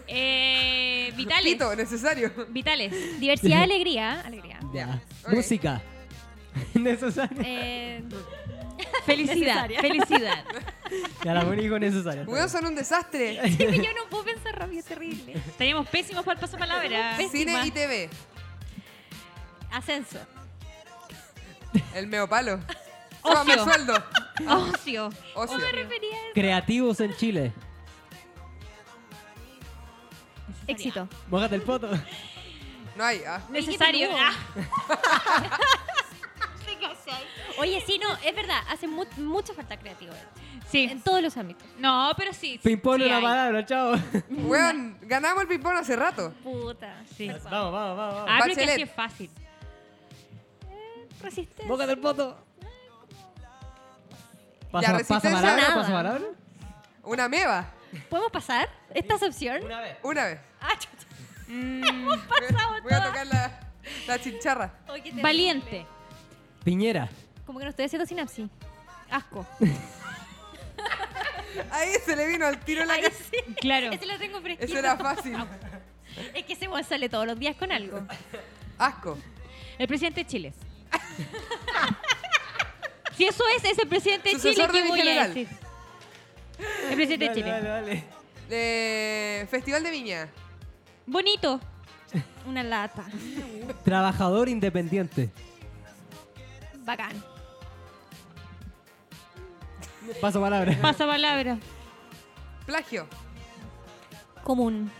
Eh, vitales. Pito, necesario. Vitales. Diversidad, alegría. Alegría. Ya. Ok. Música. necesaria. Eh, Felicidad. Necesaria. Felicidad. Ya la moni dijo necesaria. Weón, son un desastre. yo no puedo pensar rápido, es terrible. Teníamos pésimos para el pasapalabra. Cine y TV. Ascenso. El meopalo. Toma Ocio. mi sueldo. Ocio. Ocio. Creativos en Chile. Éxito. Mójate el poto. No hay. ah. Necesario. peludo. Ah, Oye, sí, no, es verdad, hace mu- mucha falta creativo Ah, sí. en todos los ámbitos. No, pero sí. Pimpone sí la hay. palabra, chao. Weón, ganamos el ping-pong hace rato. Puta. Sí. Vamos, vamos, vamos. Ah, pero es que Bachelet. así es fácil. Resistencia. Mójate el poto. Ya, Pasa, resistencia. pasa palabra, Nada. pasa palabra. Una meba. ¿Podemos pasar esta es opción? Una vez. Una vez. Ah, chucha. Voy, voy a tocar la, la chicharra. Ay, qué terrible. Valiente. Piñera. Como que no estoy haciendo sinapsis. Asco. Ahí se le vino al tiro en la Ay, cara. sí. Claro. Ese lo tengo fresquito. Eso era fácil. Es que ese weón sale todos los días con algo. Asco. El presidente de Chile. si eso es, es el presidente de Chile Sucesor de que mi voy a general. decir. El presidente de Dale, Chile. dale, dale. Eh, Festival de Viña. Bonito. Una lata. Trabajador independiente. Bacán. Paso palabra. Pasa palabra. Plagio. Común.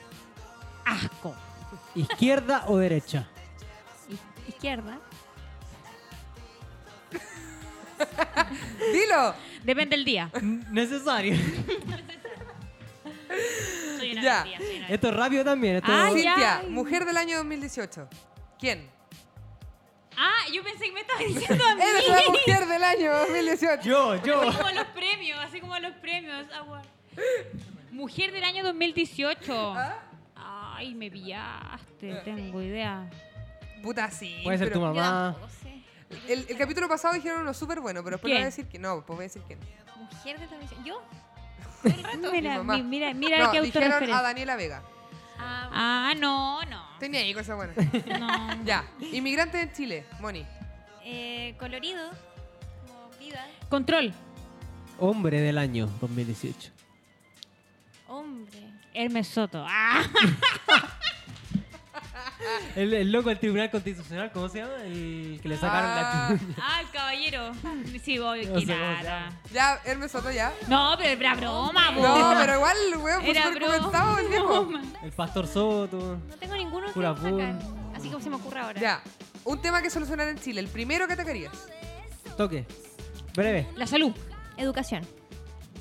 Asco. Izquierda o derecha. I- Izquierda. Dilo. Depende del día. Necesario. Soy una Ya. bestia, Esto es rápido también. Esto Ah, ya. Cintia, mujer del año 2018. ¿Quién? Ah, yo pensé que me estabas diciendo a mí. Eres la mujer del año 2018. Yo, yo. Así como los premios, así como los premios. Agua. Mujer del año 2018. Ay, me pillaste. Tengo idea. Puta, sí. Puede ser tu pero- mamá. Yo tampoco sé. El, el capítulo pasado dijeron uno súper bueno, pero después ¿Quién? voy a decir que no, pues voy a decir que no. Mujer de televisión. Yo. Mira, mamá. mi- mira, mira no, qué dijeron a autorreferencia. Daniela Vega. Ah, no, no. Tenía ahí cosas buenas. No. ya. Inmigrantes en Chile, Moni. Eh, colorido. Como vida. Control. Hombre del año 2018. Hombre. Hermes Soto. Ah. El, el loco del Tribunal Constitucional, ¿cómo se llama? El que le sacaron Ah. la chucha. Ah, el caballero. Sí, voy, No sé cómo se que nada. llama. Ya, Hermes Soto, ya. No, pero era broma, po. No, pero igual, weón, fue Era súper broma. comentado el viejo. El Pastor Soto. No tengo ninguno Pura que sacar. pum. Así como se me ocurre ahora. Ya. Un tema que solucionar en Chile. El primero que atacarías. Toque. Breve. La salud. Educación.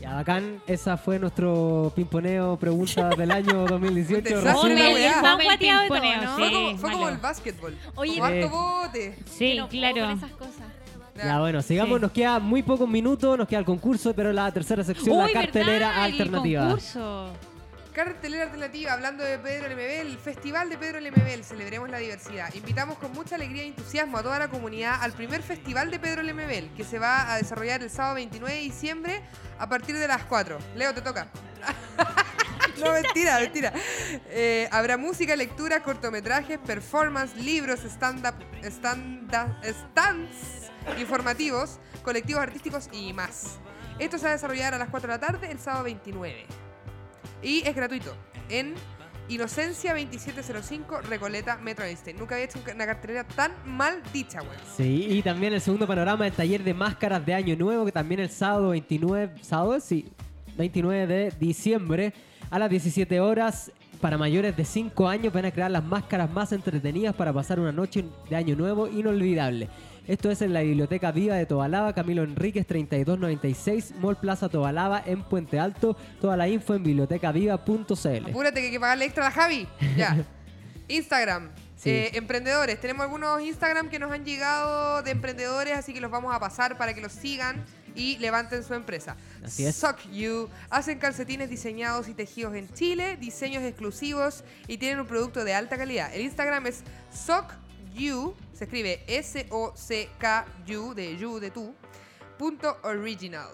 Ya, bacán. Esa fue nuestro pimponeo preguntas del año 2018. Un desastre, Recién- la Fome, weá. el fome, el Guateado de todo, pimponeo, ¿no? sí, Fue como, fue como malo. el básquetbol. Oye, como harto Sí. bote. Sí, Yo no puedo claro. con esas cosas. Ya, bueno, sigamos. Sí. Nos queda muy pocos minutos. Nos queda el concurso, pero la tercera sección, Uy, la cartelera ¿verdad? El alternativa. concurso. Cartelera alternativa, hablando de Pedro Lemebel, el Festival de Pedro Lemebel, celebremos la diversidad. Invitamos con mucha alegría y entusiasmo a toda la comunidad al primer Festival de Pedro Lemebel, que se va a desarrollar el sábado 29 de diciembre a partir de las 4. Leo, te toca. No, mentira, mentira. Eh, habrá música, lectura, cortometrajes, performance, libros, stand-up, standa- stands informativos, colectivos artísticos y más. Esto se va a desarrollar a las 4 de la tarde el sábado 29. Y es gratuito en Inocencia 2705 Recoleta Metro Einstein. Nunca había hecho una cartelera tan mal dicha, weón. Sí, y también el segundo panorama del taller de máscaras de Año Nuevo, que también el sábado 29, sábado, sí, 29 de diciembre a las 17 horas. Para mayores de 5 años van a crear las máscaras más entretenidas para pasar una noche de Año Nuevo inolvidable. Esto es en la Biblioteca Viva de Tobalaba, Camilo Enríquez 3296, Mall Plaza Tobalaba en Puente Alto. Toda la info en bibliotecaviva.cl. Apúrate que hay que pagarle extra a la Javi. Ya. Instagram. Sí. Eh, emprendedores. Tenemos algunos Instagram que nos han llegado de emprendedores, así que los vamos a pasar para que los sigan y levanten su empresa. Así es. Sock You. Hacen calcetines diseñados y tejidos en Chile, diseños exclusivos y tienen un producto de alta calidad. El Instagram es Sock You. Se escribe S-O-C-K-U de you, de tú. Punto original.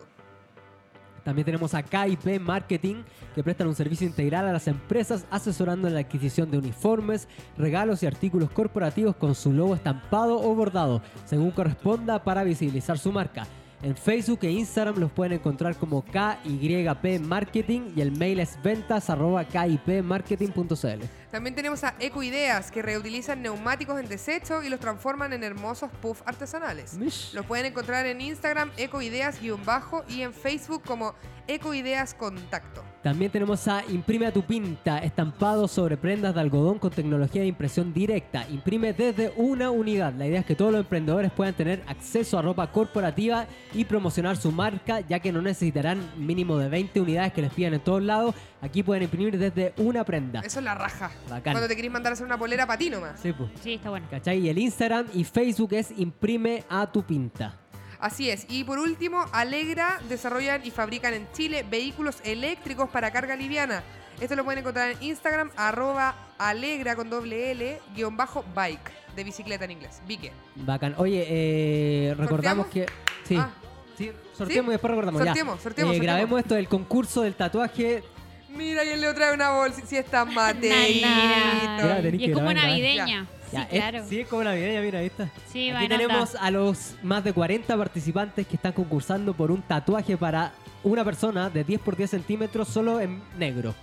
También tenemos a KIP Marketing, que prestan un servicio integral a las empresas, asesorando en la adquisición de uniformes, regalos y artículos corporativos con su logo estampado o bordado, según corresponda para visibilizar su marca. En Facebook e Instagram los pueden encontrar como KYP Marketing y el mail es ventas arroba kipmarketing.cl. También tenemos a Ecoideas, que reutilizan neumáticos en desecho y los transforman en hermosos puffs artesanales. Mish. Los pueden encontrar en Instagram ecoideas-bajo y en Facebook como Ecoideas Contacto. También tenemos a Imprime a tu pinta, estampado sobre prendas de algodón con tecnología de impresión directa. Imprime desde una unidad. La idea es que todos los emprendedores puedan tener acceso a ropa corporativa y promocionar su marca, ya que no necesitarán mínimo de 20 unidades que les pidan en todos lados. Aquí pueden imprimir desde una prenda. Eso es la raja. Bacán. Cuando te querés mandar a hacer una polera para ti nomás. Sí, pues. Sí, está bueno. ¿Cachai? Y el Instagram y Facebook es Imprime a tu pinta. Así es. Y por último, Alegra desarrollan y fabrican en Chile vehículos eléctricos para carga liviana. Esto lo pueden encontrar en Instagram, arroba alegra con doble L, guión bajo bike, de bicicleta en inglés. Vique. Bacán. Oye, eh, recordamos ¿Sorteamos? que. Sí. Ah. Sí, sorteamos ¿Sí? y después recordamos. Sorteemos, ya. sorteemos, Eh, sorteemos. Grabemos esto del concurso del tatuaje. Mira, ¿quién le trae una bolsa? Si está Mateito. Mira, tenés Y que es como grabar, grabar. navideña. ¿eh? Ya, Sí, es- claro. sí, es como navideña, mira, ahí está. Aquí Sí, buena onda. tenemos a los más de 40 participantes que están concursando por un tatuaje para una persona de 10 por 10 centímetros solo en negro.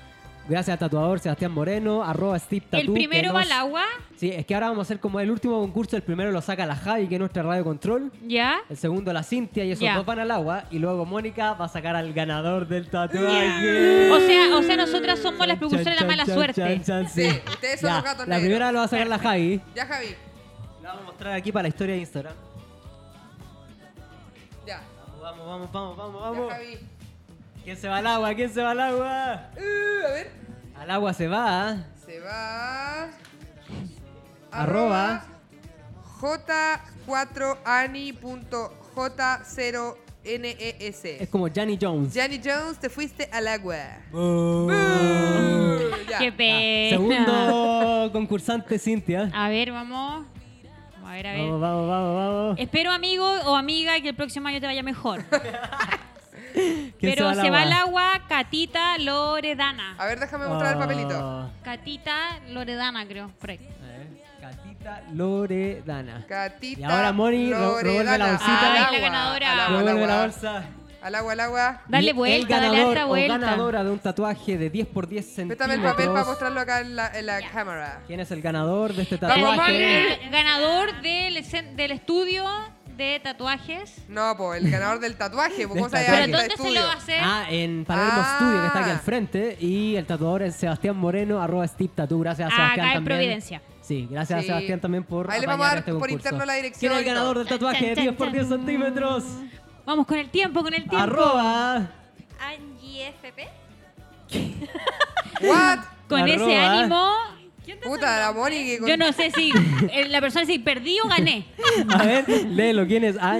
Gracias al tatuador Sebastián Moreno, arroba Steve Tattoo. El que primero va nos- al agua, Sí, es que ahora vamos a hacer como el último concurso, el primero lo saca la Javi, que es nuestra radio control. ¿ya? El segundo la Cintia y esos Ya. dos van al agua. Y luego Mónica va a sacar al ganador del tatuaje. O sea, o sea, nosotras somos Chan, las precursoras de la chan, mala chan, suerte. chan, chan, Sí, ustedes son Ya, los gatos La negros. primera la va a sacar la Javi. Ya, Javi. La vamos a mostrar aquí para la historia de Instagram. Ya. Vamos, vamos, vamos, vamos, vamos, Ya, vamos. Javi. ¿Quién se va al agua? ¿Quién se va al agua? Uh, a ver. Al agua se va. ¿ah? Se va. Arroba. Es J4ani.j0nes. como Johnny Jones. Johnny E Jones, te fuiste al agua. Boo. Ah, Uh, ya. Qué pena. Segundo concursante, Cintia. A ver, vamos. Vamos a ver, a ver. Vamos, vamos, vamos, vamos. Espero, amigo o amiga, que el próximo año te vaya mejor. ¿Quién Pero se va al agua? agua Catita Loredana. A ver, déjame mostrar el papelito. Oh. Catita Loredana, creo. por ahí. A ver, Catita Loredana. Catita. Y ahora Moni, ro- Loredana. revuelve la bolsita. Ay, la Al agua, ganadora. al agua, al Revuelve la agua. bolsa. Al agua, al agua. Dale Y el vuelta, dale ganador alta o vuelta. ganadora de un tatuaje de 10 por 10 Préstame centímetros. el papel para mostrarlo acá en la, en la cámara. ¿Quién es el ganador de este ¡Vamos, tatuaje? El ganador del, escen- del estudio de tatuajes. No, po, el ganador del tatuaje. po, Del ¿Cómo sabes tatuaje. ¿Pero que está dónde se lo estudio? va a hacer? Ah, en Palermo Ah. Studio, que está aquí al frente. Y el tatuador es Sebastián Moreno, arroba Steve Tattoo. Gracias a Ah, Sebastián acá en también. Providencia. Sí, gracias a Sí. Sebastián también por Ahí les vamos a apañar este dar por concurso. interno la dirección ¿Quién es y el todo. ganador del Chan, tatuaje de chan, 10 por chan. 10 centímetros? Vamos con el tiempo, con el tiempo. Arroba. Angie FP. What? Con ese Arroba. ánimo. Puta, la Moni que con- Yo no sé si eh, la persona si perdí o gané. A ver, léelo. ¿Quién es? Ah,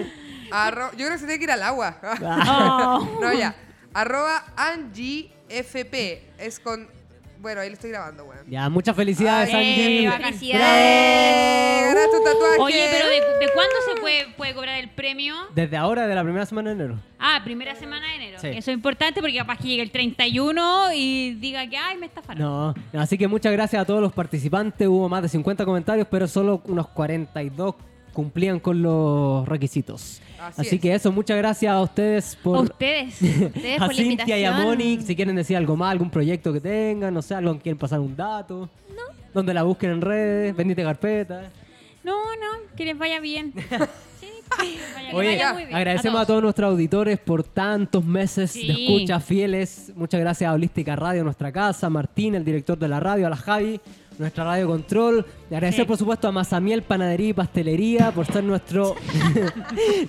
Arro- Yo creo que se tiene que ir al agua. Oh. no, ya. Arroba AngieFP. Es con Bueno, ahí lo estoy grabando, weón. Ya, muchas felicidades, Ay, Ángel. bacán. ¡Eh! ¡Felicidades! ¡Ganaste un tatuaje! Oye, pero ¿de, de cuándo se puede, puede cobrar el premio? Desde ahora, de la primera semana de enero. Ah, primera semana de enero. Sí. Eso es importante porque capaz que llegue el 31 y diga que, ay, me estafaron. No, no, así que muchas gracias a todos los participantes. Hubo más de 50 comentarios, pero solo unos 42 cumplían con los requisitos. Así Así, es. que eso, muchas gracias a ustedes A por... ustedes, ustedes a por la Cintia invitación. y a Moni, si quieren decir algo más, algún proyecto que tengan, no sé, algo en quieren pasar un dato. No. Donde la busquen en redes, bendita carpeta. No, no, que les vaya bien. Sí, que les vaya bien. Oye, vaya muy bien. agradecemos A a, todos nuestros auditores por tantos meses de Sí. escucha fieles. Muchas gracias a Holística Radio, nuestra casa, Martín, el director de la radio, a la Javi, nuestra radio control. Le Agradecer, Sí. por supuesto, a Mazamiel Panadería y Pastelería por ser nuestro.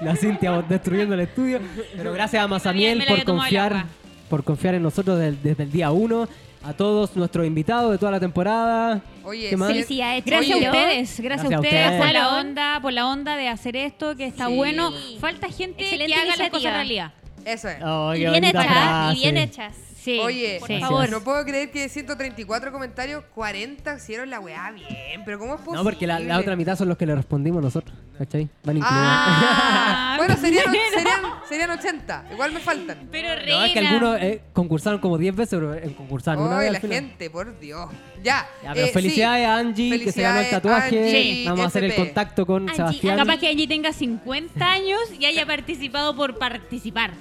la Cintia destruyendo el estudio. Pero gracias a Mazamiel me la por había tomado el confiar, agua. por confiar en nosotros del- desde, el día uno. A todos nuestros invitados de toda la temporada. Oye, ¿Qué más? sí, Felicidades, Gracias chiquillos. a ustedes, gracias, Gracias a a ustedes, ustedes. por la onda, por la onda de hacer esto, que está Sí. bueno. Falta gente Excelente que haga las cosas iniciativa. realidad. Eso es. Oh, qué Y bien bonita hechas, y frase. bien hechas. Sí. Oye, sí. favor. no puedo creer que de 134 comentarios, 40 hicieron la weá bien. Pero ¿cómo es posible? No, porque la, la otra mitad son los que le respondimos nosotros. ¿Cachai? Van incluidos. Ah, Ah, bueno, serían, serían, serían 80. Igual me faltan. Pero reina. No, es que algunos eh, concursaron como 10 veces, pero eh, concursaron una Oye, vez. la al final. gente, por Dios. Ya. Ya, pero eh, sí. felicidades a Angie, que se ganó el Felicidades, tatuaje. Angie, Este Vamos a hacer el FP. contacto con Angie, Sebastián. Capaz que allí tenga 50 años y haya participado por participar.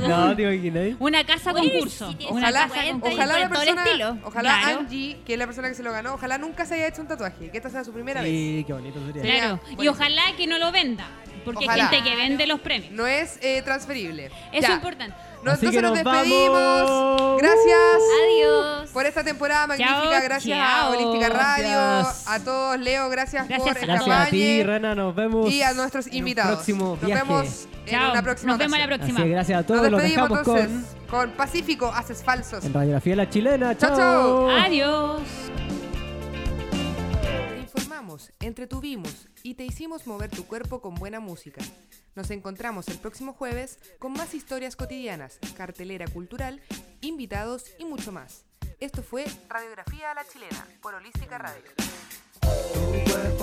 No, tío, ¿quién es? Una casa Oye, concurso. si te- una Ojalá, casa concurso. ojalá la Con todo el persona, estilo. ojalá Claro. Angie, que es la persona que se lo ganó, ojalá nunca se haya hecho un tatuaje, que esta sea su primera Sí, qué bonito sería. Sí. Claro. Ya, Y buenísimo. ojalá que no lo venda. Porque Ojalá. hay gente que vende los premios. vez. No es eh, transferible. Eso Ya. es importante. No, Así que entonces nos nos vamos. despedimos. Gracias Adiós. por esta temporada magnífica. Chao, gracias a chao. Holística Radio, Gracias. a todos. Leo, gracias, Gracias, por Gracias Gracias esta a ti, mañana Rena. Nos vemos. y a nuestros en un invitados. próximo Nos viaje. vemos en Chao. una próxima Nos vemos la ocasión. Así próxima. que gracias a todos. Los Nos despedimos dejamos con, entonces con, Pacífico Haces Falsos. en Radiografía La Chilena. Chao, Chao, chao. Adiós. Te informamos, entretuvimos y te hicimos mover tu cuerpo con buena música. Nos encontramos el próximo jueves con más historias cotidianas, cartelera cultural, invitados y mucho más. Esto fue Radiografía a la Chilena por Holística Radio. Tu cuerpo